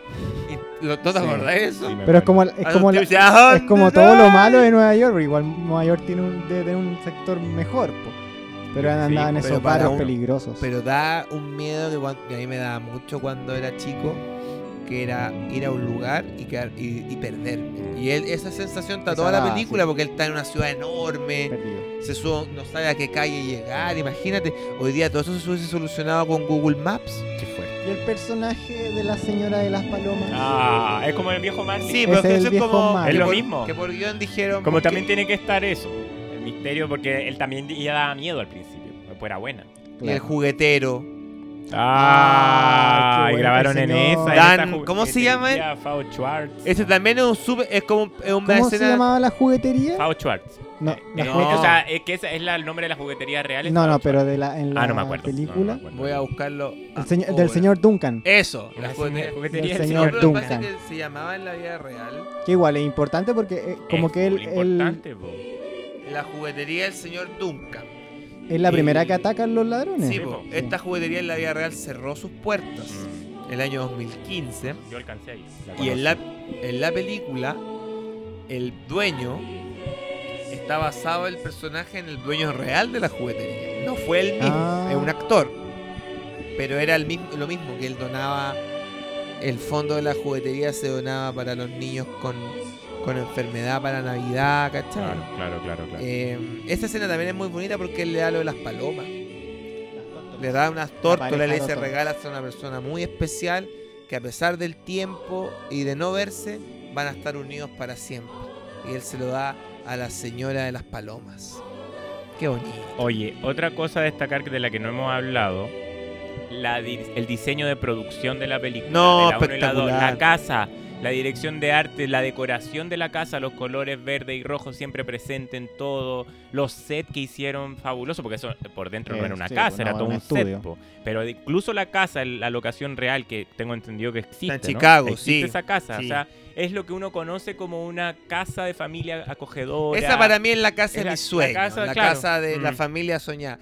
y- ¿No te Sí. acordás de eso? Sí, me Pero es acuerdo. como, es Ah, como, tú la- dices, "¿A es como "Ah, dónde todo lo vas?". malo de Nueva York, pero igual Nueva York tiene un, debe tener un sector mejor, po. Pero Sí, andaban en pero esos para barrios uno. peligrosos. Pero da un miedo que, cuan- que a mí me daba mucho cuando era chico, que era ir a un lugar y, quedar- y, y perderme. Y él, esa sensación está Esa toda la va, película sí. porque él está en una ciudad enorme, Perdido. se sube- no sabe a qué calle llegar, imagínate. Hoy día todo eso se hubiese solucionado con Google Maps. Qué fuerte. Y el personaje de la señora de las palomas. Ah, es como el viejo Marty. Sí, Es pero es que el eso es viejo como... Mario. que Es lo por- mismo. Que por guión dijeron... Como porque- también tiene que estar eso, el misterio, porque él también ya daba miedo al principio, pues era buena. Y el juguetero. Ah, qué y bueno grabaron que en señor. esa. en Dan- esa ju- ¿cómo se que llama él? dirigía Fao Schwartz. Ese también es un super... Es como un- es una ¿Cómo se escena... llamaba la juguetería? Fao Schwartz. No, Ah, Eh, la eh, juguete- O sea, es que ese es la- el nombre de la juguetería real. es No, Fao no, Schwartz. pero de la, en la Ah, no me acuerdo. Ah, Eh, película. Voy a buscarlo. el señor- ahora. del señor Duncan. Eso, La la juguete- juguetería del del señor señor. No, pero lo que pasa Duncan. es que se llamaba en la vida real... Que igual es importante porque eh, como Es que él, full él- importante, po. La juguetería del señor Duncan. es la Y- primera que atacan los ladrones. Sí, po. po. Sí. Esta juguetería en la vida real cerró sus puertas Mm, el año 2015 Yo alcancé ahí. la y conocí. en la, en la película el dueño está basado el personaje en el dueño real de la juguetería. No fue el mismo, Ah. es un actor. Pero era el mismo, lo mismo que él donaba, el fondo de la juguetería se donaba para los niños con, con enfermedad para Navidad, ¿cachai? Claro, claro, claro. claro. Eh, esta escena también es muy bonita porque él le da lo de las palomas. Le da unas pareja tórtolas, le dice tórtola. regalas a una persona muy especial que a pesar del tiempo y de no verse, van a estar unidos para siempre. Y él se lo da a la señora de las palomas. Qué bonito. Oye, otra cosa a destacar de la que no hemos hablado, la di- el diseño de producción de la película. No, de la uno y la, dos, espectacular. la casa, la dirección de arte, la decoración de la casa, los colores verde y rojo siempre presentes en todo, los sets que hicieron fabuloso, porque eso por dentro no Eh, era una sí, pues, casa, no, era era todo un un estudio. set. po. Pero de- incluso la casa, el- la locación real que tengo entendido que existe. Está en ¿no? Chicago, Existe sí, esa casa, sí. o sea, es lo que uno conoce como una casa de familia acogedora. Esa para mí es la casa es de la- mis sueños, la la casa, casa, claro. de la Mm. familia soñada.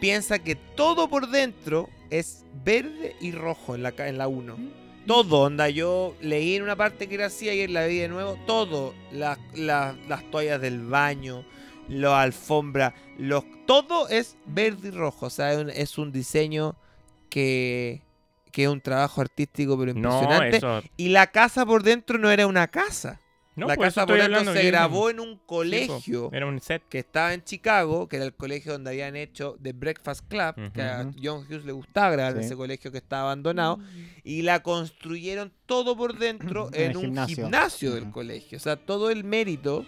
Piensa que todo por dentro es verde y rojo en la, ca- en la 1. Todo, onda, yo leí en una parte que era así, ayer la vi de nuevo, todo, las, las- las toallas del baño, la alfombra, los, todo es verde y rojo, o sea, es un, es un diseño que, que es un trabajo artístico pero No, impresionante. eso. Y la casa por dentro no era una casa, No, la por casa eso estoy por dentro hablando se que- grabó en un Sí, po. Eh. colegio Era un set. que estaba en Chicago, que era el colegio donde habían hecho The Breakfast Club, que a Ujú. John Hughes le gustaba grabar en Sí. ese colegio que estaba abandonado, y la construyeron todo por dentro En en, el un gimnasio. gimnasio, del Ujú. colegio. O sea, todo el mérito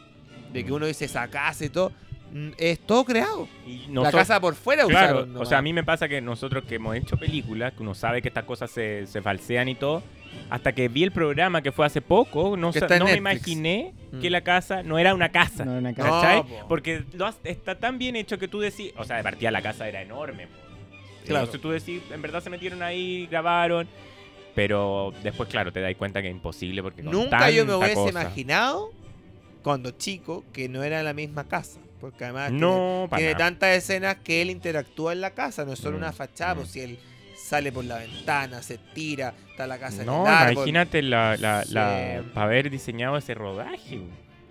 de que uno dice esa casa y todo, mm, es todo creado. Y la nosotros- casa por fuera claro, usaron. o nomás. sea, a mí me pasa que nosotros que hemos hecho películas, que uno sabe que estas cosas se, se falsean y todo, hasta que vi el programa que fue hace poco, no, Que sa- está en no me Netflix. imaginé Mm. que la casa no era una casa. No era una casa. No, ¿Cachai? po. Porque lo has- está tan bien hecho que tú decís, o sea, de partida la casa era enorme. po. Claro. Entonces tú decís, en verdad se metieron ahí, grabaron, pero después, claro, te das cuenta que es imposible porque con Nunca yo me tanta hubiese cosa- imaginado, cuando chico, que no era la misma casa. Porque además tiene- No, para Tiene nada. tantas escenas que él interactúa en la casa, no es solo Mm, una fachada, mm. pues si él sale por la ventana, se tira, está la casa en No, el árbol. imagínate la, la, la, Sí. para haber diseñado ese rodaje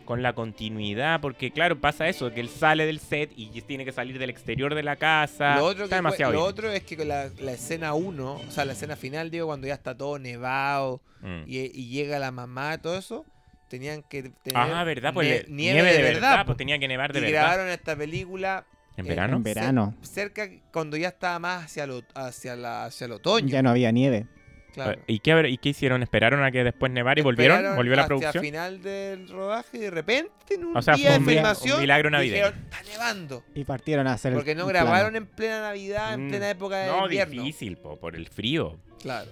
con la continuidad, porque claro, pasa eso, que él sale del set y tiene que salir del exterior de la casa. Lo otro, que está fue- demasiado lo bien. otro es que con la, la escena 1, o sea, la escena final, digo, cuando ya está todo nevado Mm. y, y llega la mamá, todo eso, tenían que tener Ah, verdad, pues eh, nie- le- nieve, de, verdad, po. pues tenía que nevar de y verdad. grabaron esta película ¿En eh, verano? En verano. cer- cerca cuando ya estaba más hacia, lo- hacia, la, hacia el otoño. Ya no había nieve. claro. Eh, ¿Y, qué, habrá- ¿Y qué hicieron? ¿Esperaron a que después nevara y Esperaron volvieron? ¿Volvió la hasta producción? final del rodaje y de repente en un O sea, día fue de un, mi- un filmación milagro navideño. dijeron, está nevando. Y partieron a hacer el- Porque no el grabaron plano. en plena Navidad, en Mm. plena época de no, invierno. difícil, po, por el frío. Claro.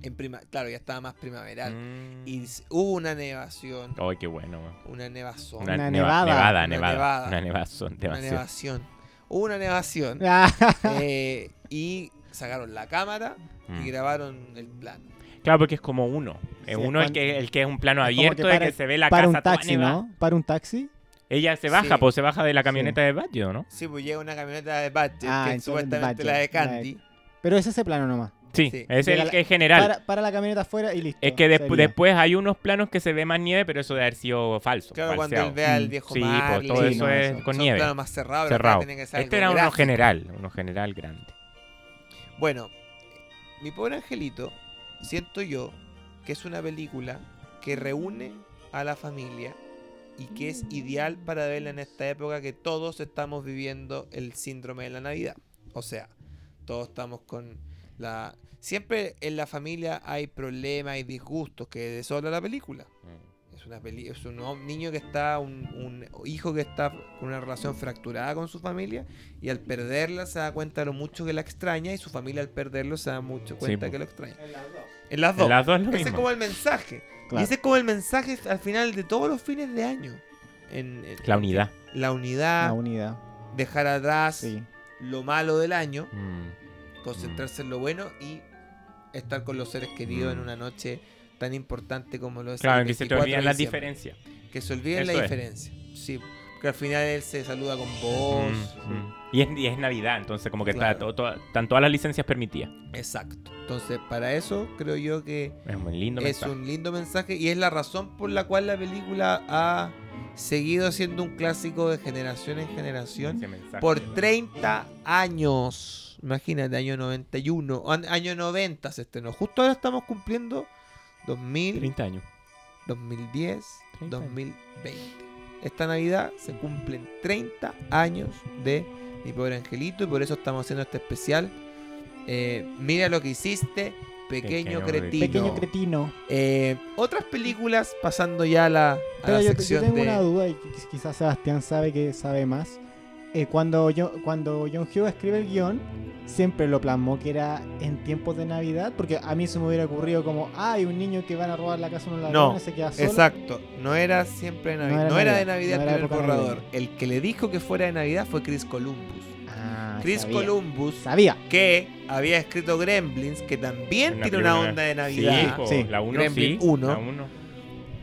En prima, claro, ya estaba más primaveral. Mm. Y s- hubo una nevación. Ay, qué bueno. weón. Una nevazón. Una, Una, Una neva- nevada. nevada. Una Nevada, nevada. Una nevazón. demasiado. nevación. Hubo una nevación. Ah, eh, y sacaron la cámara Mm. y grabaron el plano. Claro, porque es como uno. Sí, Es es uno el cuando- que, el que es un plano es como abierto que de para- que se ve la Para casa un toda taxi, nevada. ¿no? Para un taxi. Ella se Sí. baja, pues se baja de la camioneta de Batgirl, ¿no? Sí, pues llega una camioneta de Badger, Ah, que es entonces supuestamente Badger, la de la de- Candy. Pero es ese plano nomás. Sí, Sí. es Llega el la- que es general. Para, para la camioneta afuera y listo. es que despu- sería. después hay unos planos que se ve más nieve, pero eso debe haber sido falso. Claro, cuando falseado. él vea al Mm. viejo Sí, pues, Marley, todo Sí, eso no, es eso- con son nieve. planos más cerrados, pero acá cerrado. tiene que ser Este algo era uno gráfico. general, uno general grande. Bueno, Mi Pobre Angelito, siento yo que es una película que reúne a la familia y que es ideal para verla en esta época que todos estamos viviendo el síndrome de la Navidad. O sea, todos estamos con la... Siempre en la familia hay problemas y disgustos que deshola la película. Es, una peli- es un hom- niño que está, un, un hijo que está con una relación fracturada con su familia y al perderla se da cuenta de lo mucho que la extraña y su familia al perderlo se da mucho cuenta po. que lo extraña. En las dos. En las dos es lo Ese es mismo. como el mensaje. Claro. Y ese es como el mensaje al final de todos los fines de año. En, en- La unidad. la unidad, La unidad. dejar atrás Sí. lo malo del año, Mm. concentrarse en lo bueno y estar con los seres queridos en Mm. una noche tan importante como lo es el Claro, que se te 24 de olvidan las diciembre. diferencias. Que se olviden Eso la es. diferencia. Sí. Que al final él se saluda con vos. Mm, mm. Y, es, y es Navidad, entonces como que está Claro. todo- todo- están todas las licencias permitidas. Exacto. Entonces, para eso creo yo que Es muy lindo. es mensaje. un lindo mensaje y es la razón por la cual la película ha seguido siendo un clásico de generación en generación Ese mensaje, por ¿no? 30 años. Imagínate, año 91, an- año 90 se estrenó. Justo ahora estamos cumpliendo 2000, 30 años. 2010, 30 años. 2020. Esta Navidad se cumplen 30 años de Mi Pobre Angelito y por eso estamos haciendo este especial. Eh, mira lo que hiciste, pequeño, Pequeño cretino. Pequeño cretino. Eh, otras películas, pasando ya a la, a Pero la yo, yo sección tengo de. una duda y qui- quizás Sebastián sabe que sabe más. Eh, cuando, yo, cuando John Hughes escribe el guión, siempre lo plasmó que era en tiempos de Navidad, porque a mí se me hubiera ocurrido como, ah, hay un niño que van a robar la casa de unos No, ladrones, se queda solo. Exacto, no era siempre de Navidad. era No era, de Navidad Navidad, no el era primer época borrador. El que le dijo que fuera de Navidad fue Chris Columbus. Ah, Chris sabía. Columbus, Sabía. que había escrito Gremlins, que también En la tiene una primera- onda de Sí, Navidad. po, Sí. la 1 sí. Gremlin uno. La 1.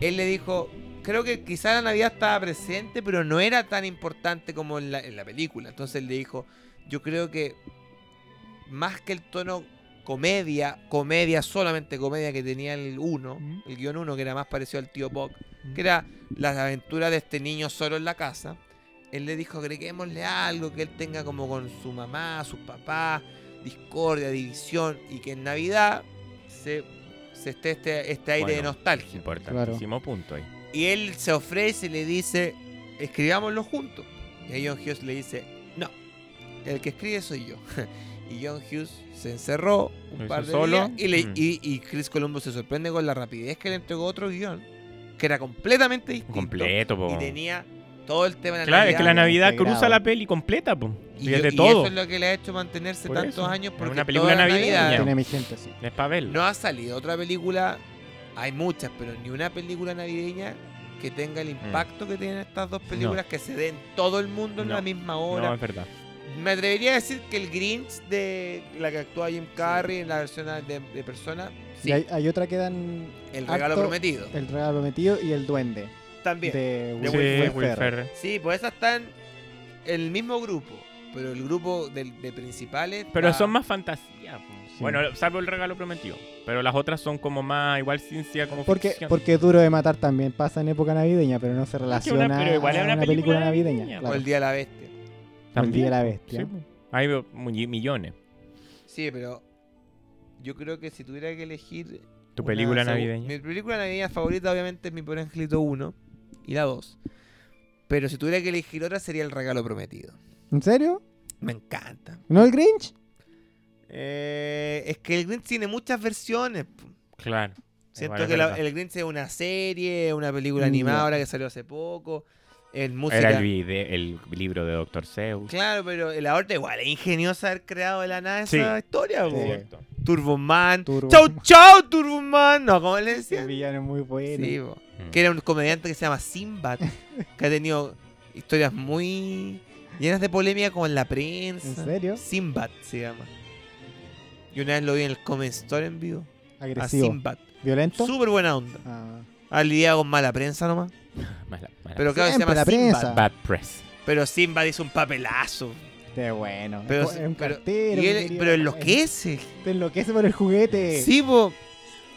Él le dijo. Creo que quizá la Navidad estaba presente, pero no era tan importante como en la, en la película. Entonces él le dijo, yo creo que más que el tono comedia, comedia, solamente comedia que tenía el 1, Mm. el guión 1, que era más parecido al tío Bob, que era las aventuras de este niño solo en la casa. Él le dijo, agreguémosle algo que él tenga como con su mamá, sus papás, discordia, división, y que en Navidad se, se esté este, este aire de Bueno. nostalgia. Importantísimo punto ahí. Y él se ofrece y le dice, escribámoslo juntos. Y ahí John Hughes le dice, no, el que escribe soy yo. y John Hughes se encerró Lo un hizo par de solo. días y, le- Mm. y- y Chris Columbus se sorprende con la rapidez que le entregó otro guión, que era completamente distinto. Completo, po. Y tenía todo el tema de la Claro, es que la Navidad Navidad integrado. cruza la peli completa, po. y, Y, yo- es de y todo. eso es lo que le ha hecho mantenerse Por tantos eso. años Es porque una película todas las navideña. navidades- Tiene mi gente, sí. Es pa' verlo. No ha salido otra película, hay muchas, pero ni una película navideña que tenga el Mm. impacto que tienen estas dos películas, que se den todo el mundo en No. la misma No, hora. es verdad. Me atrevería a decir que el Grinch de la que actúa Jim Carrey en la versión de, de Persona, sí, Y hay, hay otra que dan el regalo harto- prometido, el regalo prometido y el duende. también. De Sí, Will, Will Will Ferrell. Ferrell. Sí, pues esas están en el mismo grupo, pero el grupo de, de principales... Pero está- son más fantasía, po. Sí. Bueno, salvo el regalo prometido. Pero las otras son como más, igual ciencia, como Porque, ficción. porque Duro de Matar también pasa en época navideña, pero no que se una- relaciona pero igual a es una, una película película navideña. navideña. O claro. el Día de la Bestia. O el Día de la Sí, Bestia. po. Hay mu- millones. Sí, pero yo creo que si tuviera que elegir Tu Una película segu- navideña. Mi película navideña favorita, obviamente, es Mi Pobre Angelito 1 y la 2. Pero si tuviera que elegir otra, sería El Regalo Prometido. ¿En serio? Me encanta. ¿No el Grinch? Eh, es que el Grinch tiene muchas versiones. po. Claro. Siento Igual es que la- verdad. el Grinch es una serie, una película Mm, animada ya. ahora que salió hace poco. En música. Era el, vide- el libro de Doctor Seuss. Claro, pero el ahorita igual es ingenioso haber creado de la nada Sí. esa historia, po. Sí. Cierto. Turboman. Turbo- Chau, chau, Turboman. No, ¿cómo le El decían? villano es muy bueno. Sí, po. Mm. Que era un comediante que se llama Simbad, que ha tenido historias muy llenas de polémica con la prensa. ¿En serio? Simbad se llama. Y una vez lo vi en el Comedy Store en vivo. A Agresivo. Simbad. Violento. Súper buena onda. Ah. Ha lidiado con mala prensa nomás. Mala- mala- Pero claro, que se llama Siempre la prensa. Sinbad. Bad press. Pero Simbad hizo un papelazo. Qué bueno. Pero, es un pero- cartero. y que él- quería- pero enloquece. Te enloquece por el juguete. Sí, po.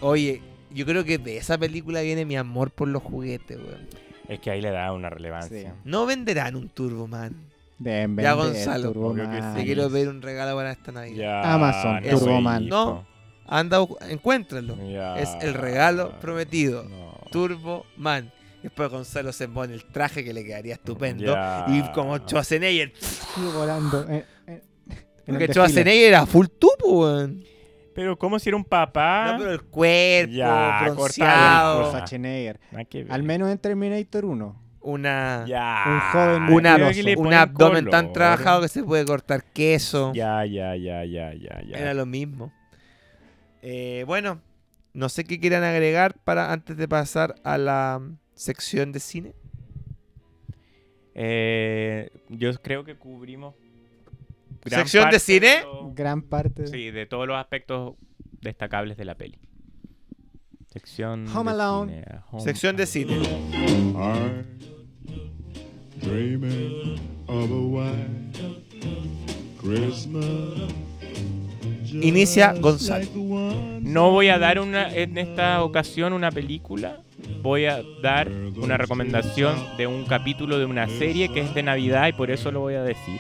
Oye, yo creo que de esa película viene mi amor por los juguetes, weón. Es que ahí le da una relevancia. Sí. No venderán un Turboman. Deben Ya, vender Gonzalo, Turboman. creo que Te sí. quiero pedir un regalo para esta Navidad. Ya, Amazon, no, Turboman. hijo. No, Anda, bu- encuéntralo. Ya. Es el regalo prometido. No. Turbo Man. Después Gonzalo se pone el traje que le quedaría estupendo. Ya. Y como Schwarzenegger. Sí, volando. eh, eh, en el Porque desfile. Schwarzenegger era full tupo, weón. Pero como si era un papá. No, pero el cuerpo, Ah. Ya, bronceado. cortala, Schwarzenegger. Nada que ver. Al menos en Terminator 1. Una, Ya. Un joven Creo una- que le un ponen abdomen color. tan trabajado que se puede cortar queso. Ya, ya, ya, ya, ya, ya. Era lo mismo. Eh, bueno, no sé qué quieran agregar para antes de pasar a la mm, sección de cine. Eh, yo creo que cubrimos. gran ¿Sección de parte cine? lo- Gran parte. de- Sí, de todos los aspectos destacables de la peli. Sección. Home de Alone. cine, ah, Home Sección de Alone. cine. I'm dreaming of a white Christmas. just Inicia Gonzalo. like the ones No voy a dar una, en esta ocasión una película. Voy a dar una recomendación de un capítulo de una serie que es de Navidad y por eso lo voy a decir.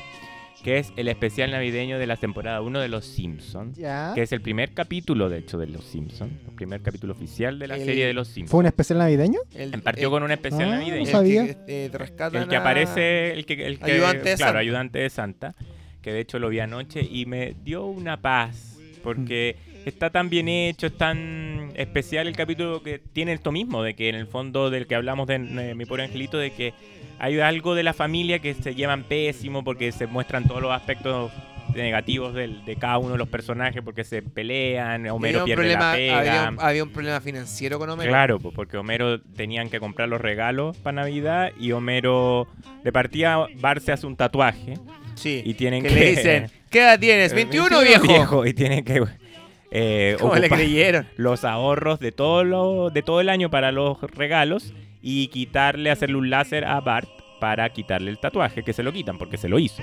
Que es el especial navideño de la temporada 1 de Los Simpsons. Ya. Que es el primer capítulo, de hecho, de Los Simpsons. El primer capítulo oficial de la El- serie de Los ¿Fue Simpsons. un especial navideño? El, Partió el- con un especial Ah, navideño. no sabía. El que, eh, rescatan El que a- aparece, el que, el que- Ayudante de claro, Santa. ayudante de Santa, que de hecho lo vi anoche y me dio una paz, porque está tan bien hecho, es tan especial el capítulo que tiene esto mismo, de que en el fondo del que hablamos de, eh, mi pobre angelito, de que hay algo de la familia que se llevan pésimo porque se muestran todos los aspectos negativos del- de cada uno de los personajes porque se pelean, Homero había, un pierde problema, la pega. había, un, había un problema financiero con Homero. Claro, pues, porque Homero tenían que comprar los regalos para Navidad y Homero de partida Bar se hace un tatuaje Sí. y tienen que que, Eh, le dicen, ¿qué edad tienes? 21, viejo. y tienen que eh, ¿Cómo le ocupar creyeron? los ahorros de todo lo, de todo el año para los regalos y quitarle hacerle un láser a Bart para quitarle el tatuaje que se lo quitan porque se lo hizo.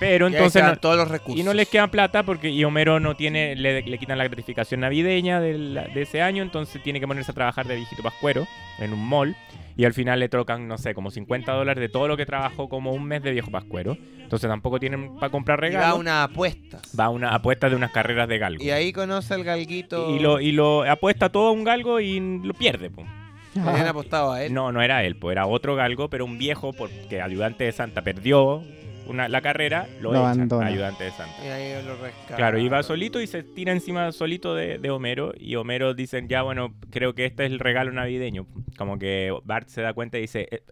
Pero Entonces, entonces no- todos los recursos. y no les queda plata porque y Homero no tiene, le, le quitan la gratificación navideña del- de ese año, entonces tiene que ponerse a trabajar de viejito pascuero en un mall y al final le trocan, no sé, como 50 dólares de todo lo que trabajó como un mes de viejo pascuero. Entonces tampoco tienen para comprar Y va a regalos. unas apuestas. Va a una apuesta de unas carreras de galgo. Y ahí conoce al galguito. Y lo, y lo apuesta todo a un galgo y lo pierde. po. Le habían Ah, apostado a él. No, no era él, po, era otro galgo, pero un viejo porque ayudante de Santa perdió una, la carrera, lo, Lo echan, abandona. ayudante de Santa. Y ahí lo rescata. Claro, y va solito y se tira encima solito de, de Homero. Y Homero dicen, ya bueno, creo que este es el regalo navideño. Como que Bart se da cuenta y dice eh,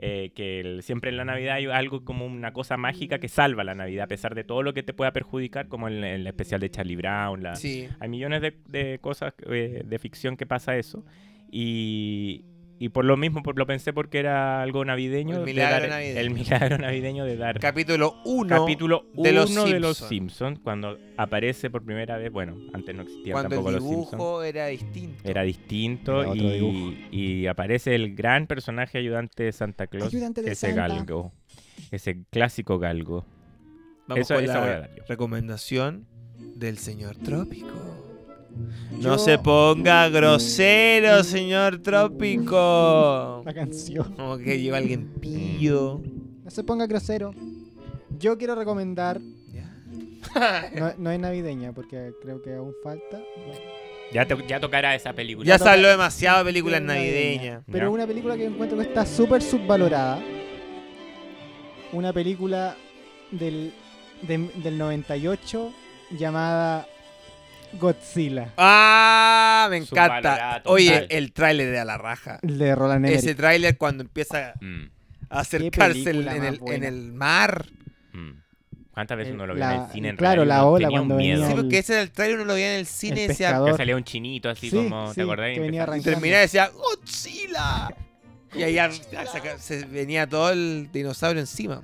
eh, que el- siempre en la Navidad hay algo como una cosa mágica que salva la Navidad, a pesar de todo lo que te pueda perjudicar, como el, el especial de Charlie Brown. La... Sí. Hay millones de, de cosas eh, de ficción que pasa eso. Y, y por lo mismo, por, lo pensé porque era algo El navideño. de milagro dar- navideño. El milagro navideño de dar Capítulo 1. capítulo 1 de de los los, Simpson. Simpsons, cuando aparece por primera vez, bueno, antes no existían Cuando el tampoco los Simpsons. Eh, dibujo era distinto. Era distinto Era otro dibujo. y, y aparece el gran personaje ayudante de Santa Claus, Ayudante de ese Santa. galgo, ese clásico galgo. Vamos Eso- con esa la voy a dar yo. recomendación del señor Trópico. Yo- No se ponga grosero, señor Trópico. La canción. Como que llegó alguien pillo. No se ponga grosero. Yo quiero recomendar. No, no es navideña porque creo que aún falta. Ya, to- ya tocará esa película. Ya se habló demasiado de películas No es navideñas. Pero Ya. una película que encuentro que está súper subvalorada. Una película del, de- del 98 llamada Godzilla Ah, me Subvalorada encanta. total. Oye, el tráiler de a la raja. de Roland Ese Emmerich. tráiler cuando empieza Mm, a acercarse en película en más el, en buena. el mar. mm. ¿Cuántas veces El- uno lo vio en la- el cine? En claro, realidad la uno ola tenía un cuando miedo. venía Sí, el- porque ese era el trailer, uno lo veía en el cine y El decía. pescador. Que salía un chinito así Sí, como, sí, ¿te acordás? que venía Y Empezaba- terminaba y decía, ¡Godzilla! Y allá se venía todo el dinosaurio encima.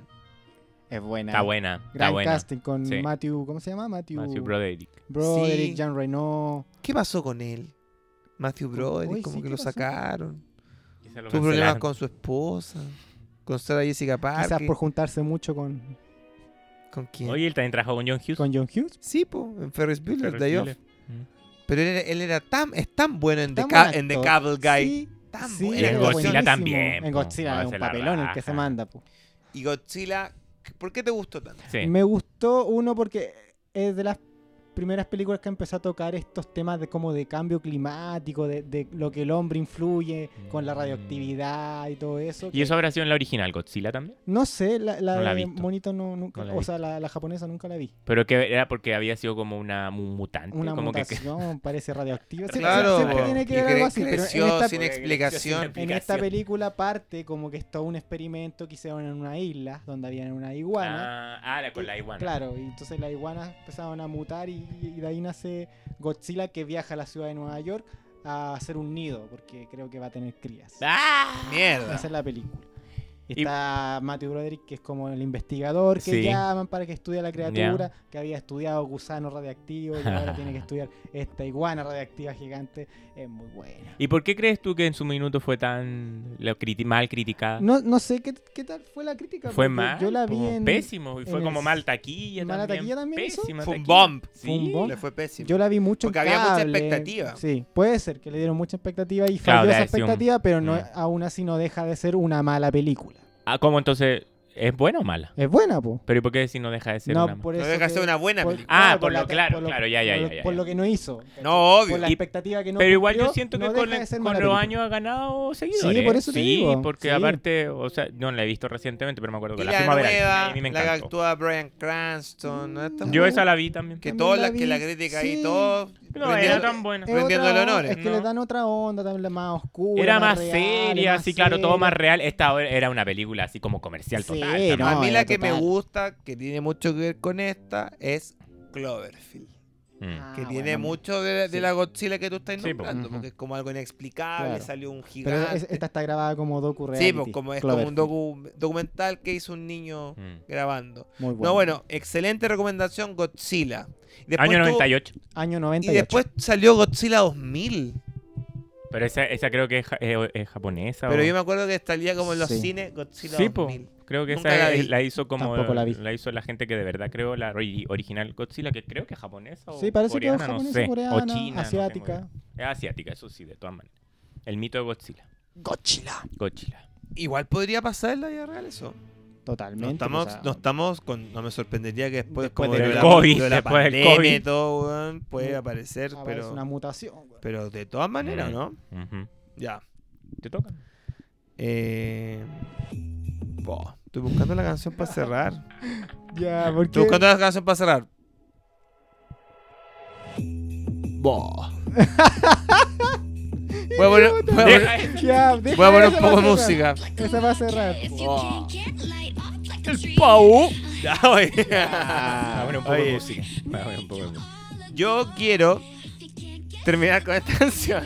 Es buena. Está buena, está Gran buena. casting con Sí. Matthew, ¿cómo se llama? Matthew, Matthew Broderick. Broderick, Sí. Jean Reno. ¿Qué pasó con él? Matthew Broderick, Uy, como sí, que ¿qué lo pasó? sacaron. Quizá lo Tuvo problemas cancelaron. con su esposa, con Sarah Jessica Quizás Parker. por juntarse mucho con, ¿Con quién? Oye, él también trabajó con John Hughes. con John Hughes. Sí, po, en Ferris Bueller, Ferris Day Off. Bueller. Mm. Pero él, era- él era tan, es tan bueno en, Tan The, Ca- buen en The actor. Cable Guy. Sí, Tan sí, buena Y en era actuación. Godzilla buenísimo. también, En po. Godzilla Ah, es un se la papelón el que se raja. manda. po. Y Godzilla, ¿por qué te gustó tanto? Sí. Me gustó uno porque es de las primeras películas que empezó a tocar estos temas de como de cambio climático, de, de lo que el hombre influye con la radioactividad y todo eso. Mm. ¿Y eso habrá sido en la original Godzilla también? No sé, la, la No la he de visto. Monito no, nunca, No la he o sea, la, la japonesa nunca la vi. Pero que era porque había sido como una mu- mutante. Una como que- mutación, parece radioactiva. Sí, Claro, siempre po. tiene que Y ver cre- algo así, pero en creció esta, sin Porque explicación. creció sin en esta explicación. película parte como que es todo un experimento que hicieron en una isla donde habían una iguana. Ah, ah, la con la iguana. Claro, y entonces las iguanas empezaron a mutar y, y de ahí nace Godzilla que viaja a la ciudad de Nueva York a hacer un nido, porque creo que va a tener crías. ¡Ah! Mierda. Esa es la película. Y- Está Matthew Broderick, que es como el investigador que Sí. llaman para que estudie a la criatura, que había estudiado gusanos radiactivos y ahora tiene que estudiar esta iguana radiactiva gigante. Es muy buena. ¿Y por qué crees tú que en su minuto fue tan la criti- mal criticada? No, no sé qué, qué tal fue la crítica. Ah. fue porque mal. Yo la vi po. en. Pésimo. Y fue en como el- mal taquilla mala también. taquilla también hizo. Pésima Fue un taquilla. bomb. Sí. Fue un bomb. Le fue pésimo. Yo la vi mucho en Porque había mucha cable. expectativa. Sí, puede ser que le dieron mucha expectativa y Claro, falló de esa haber sido un- expectativa, pero no, Mm. aún así no deja de ser una mala película. Ah, ¿cómo entonces? ¿Es buena o mala? Es buena, po. Pero ¿y por qué si no deja de ser No, pues, una por No eso. deja de ser que- una buena por- película. Ah, por la lo- te- claro, claro, ya, ya, por lo- ya, ya, Por ya. lo que no hizo. ¿cachai? No, obvio. Por la Y- expectativa que no pero igual yo cumplió, siento que no con, deja de ser mala con los película. años ha ganado seguidores. por eso te sí, digo, porque sí. aparte, o sea, no la he visto recientemente, pero me acuerdo Y que la, la fuimos a ver al nueva, cine y me la que encantó. actúa Brian Cranston. ¿no? Esta Yo mujer esa la vi también. Que También todas la las que la vi, critica sí. ahí, todos. No vendiendo- era tan buena. Es otra Rendiéndole onda, honores. Es que No. le dan otra onda, también la más oscura. Era más real, seria, más sí, claro, todo seria. más real. Esta era una película así como comercial Sí, total. no, también. a mí era la que me total. gusta, que tiene mucho que ver con esta, es Cloverfield. Mm. Ah, Que tiene bueno, mucho de, de Sí. la Godzilla que tú estás Sí, po. nombrando, Ujú. porque es como algo inexplicable, Claro. salió un Pero gigante. es- esta está grabada como docu reality. sí, po, como es como un docu- documental que hizo un niño Mm. grabando. Muy bueno. No, bueno, excelente recomendación Godzilla. Después tuvo- Año 98. Año Y 98. después salió Godzilla 2000. Pero esa, esa creo que es, ja- eh, o- es japonesa. Pero o- yo me acuerdo que salía como en los Sí. cines Godzilla Sí, po. 2000. Creo que Nunca esa la es- vi. la, hizo como. Tampoco la vi. hizo la gente que de verdad creó la ori- original Godzilla, que creo que es japonesa. O Sí, parece coreana, que es no japonesa, sé, coreana, o china, no tengo asiática. idea. es asiática, eso sí, de todas maneras. El mito de Godzilla. Godzilla. Godzilla. Igual podría pasar en la vida real eso. Totalmente. pues, No estamos, o sea, ah, no estamos con. No me sorprendería que después, Después como del lo de la- COVID, lo de la después del pandemia y COVID. todo, weón, puede Mm. aparecer, aparece pero. una mutación. güey. Pero de todas maneras, Mm. ¿no? Ujú. Ya. Te toca. Eh, bo, estoy buscando la canción para cerrar. Ya, porque... Estoy buscando la canción para cerrar. Bo. Voy a poner, Eh, voy a poner- Deja eso. Ya, deja voy a poner un esa poco de para música. cerrar. Esa va a cerrar. El Pau. Ya, oye. Ah, bueno, un poco de Oye, música. Ah, bueno, un poco de música. Yo quiero terminar con esta canción.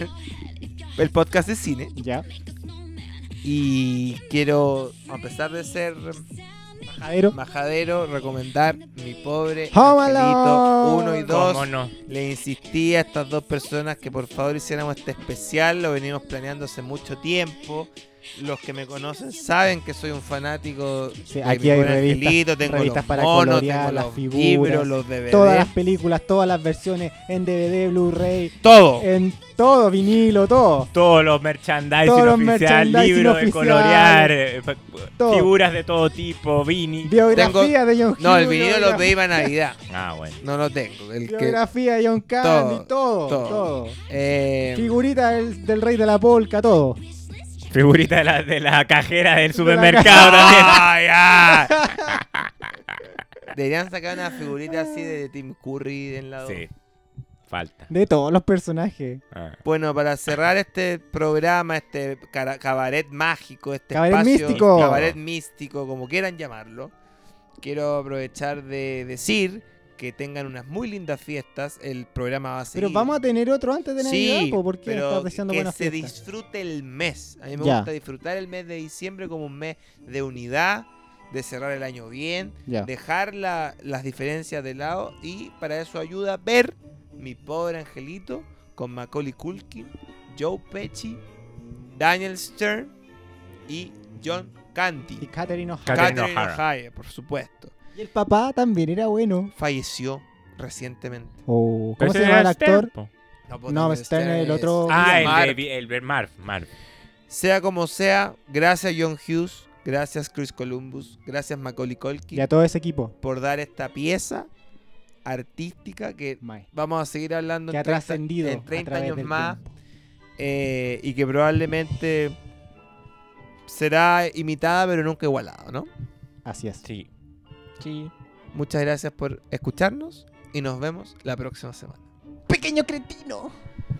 El podcast de cine. Ya. Y quiero, a pesar de ser Majadero. majadero, recomendar mi pobre Home Angelito Alone. 1 y ¿Cómo 2. no? Le insistí a estas dos personas que por favor hiciéramos este especial. Lo venimos planeando hace mucho tiempo. Los que me conocen saben que soy un fanático Sí, de aquí Mi hay Pobre revistas- Angelito. Tengo revistas los para monos, colorear, tengo las los figuras, libros, los DVD, Todas las películas, todas las versiones en DVD, Blu-ray, todo. en todo, vinilo, todo. Todos los merchandising Todos los oficial, merchandising libros de oficial. colorear, eh, fa- Todo. figuras de todo tipo, vini. Biografía de John No, el Hughes, vinilo biogra- lo pedí para Navidad. Ah, bueno. No lo tengo. El que, Biografía de John Candy, todo, todo. todo. eh, Figurita del, del rey de la polca, todo. Figurita de la, de la cajera del De la supermercado también. ah. ¡Ay, ay! Deberían sacar una figurita así de Tim Curry en lado. Sí, falta. De todos los personajes. Ah. Bueno, para cerrar este programa, este cara- cabaret mágico, este Cabaret espacio, místico. cabaret místico, como quieran llamarlo, quiero aprovechar de decir que tengan unas muy lindas fiestas. El programa va a seguir. Pero vamos a tener otro antes de Navidad, Sí, po, porque pero estás deseando que buenas se fiestas. disfrute el mes. A mí me Ya. gusta disfrutar el mes de diciembre como un mes de unidad, de cerrar el año bien, Ya. dejar la- las diferencias de lado y para eso ayuda ver mi pobre angelito con Macaulay Culkin, Joe Pesci, Daniel Stern y John Y Candy. Catherine O'Hara. Catherine Catherine O'Hara. O'Hara, por supuesto. Y el papá también era bueno. Falleció recientemente. Oh, ¿Cómo Ese se llama el era Stern, actor? po. pues, No, Daniel está en Stern el es- otro- Ah, el Mark. de- el de Marv, Marv. Sea como sea, gracias John Hughes, gracias Chris Columbus, gracias Macaulay Culkin Y a todo ese equipo. por dar esta pieza artística que Mae. vamos a seguir hablando Que ha en 30, trascendido en a 30 través años del más tiempo. eh, y que probablemente será imitada pero nunca igualada, ¿no? Así es. Sí. Sí. Muchas gracias por escucharnos y nos vemos la próxima semana. Pequeño cretino.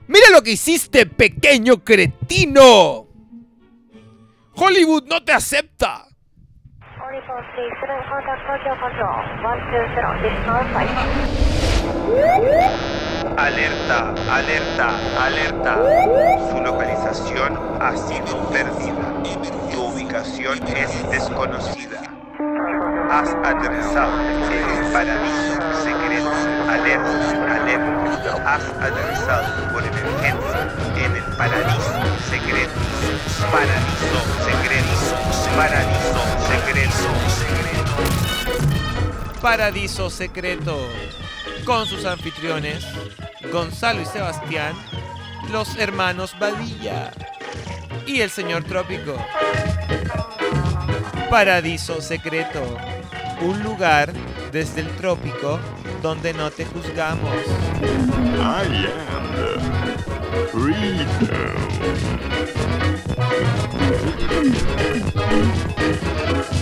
Mira lo que hiciste, pequeño cretino. Hollywood no te acepta. Uniform 37, contact Tokyo Control. 120, dismount flight. Alerta, alerta, alerta. Su localización ha sido perdida. Tu ubicación es desconocida. Has aterrizado en el paraíso secreto. Alerta, alerta. Has aterrizado por emergencia en el paraíso secreto. Paraíso secreto. Paraíso secreto. secreto. Paradiso Secreto, con sus anfitriones, Gonzalo y Sebastián, los hermanos Badilla y el señor Trópico. Paradiso Secreto, un lugar desde el trópico donde no te juzgamos. I am the freedom.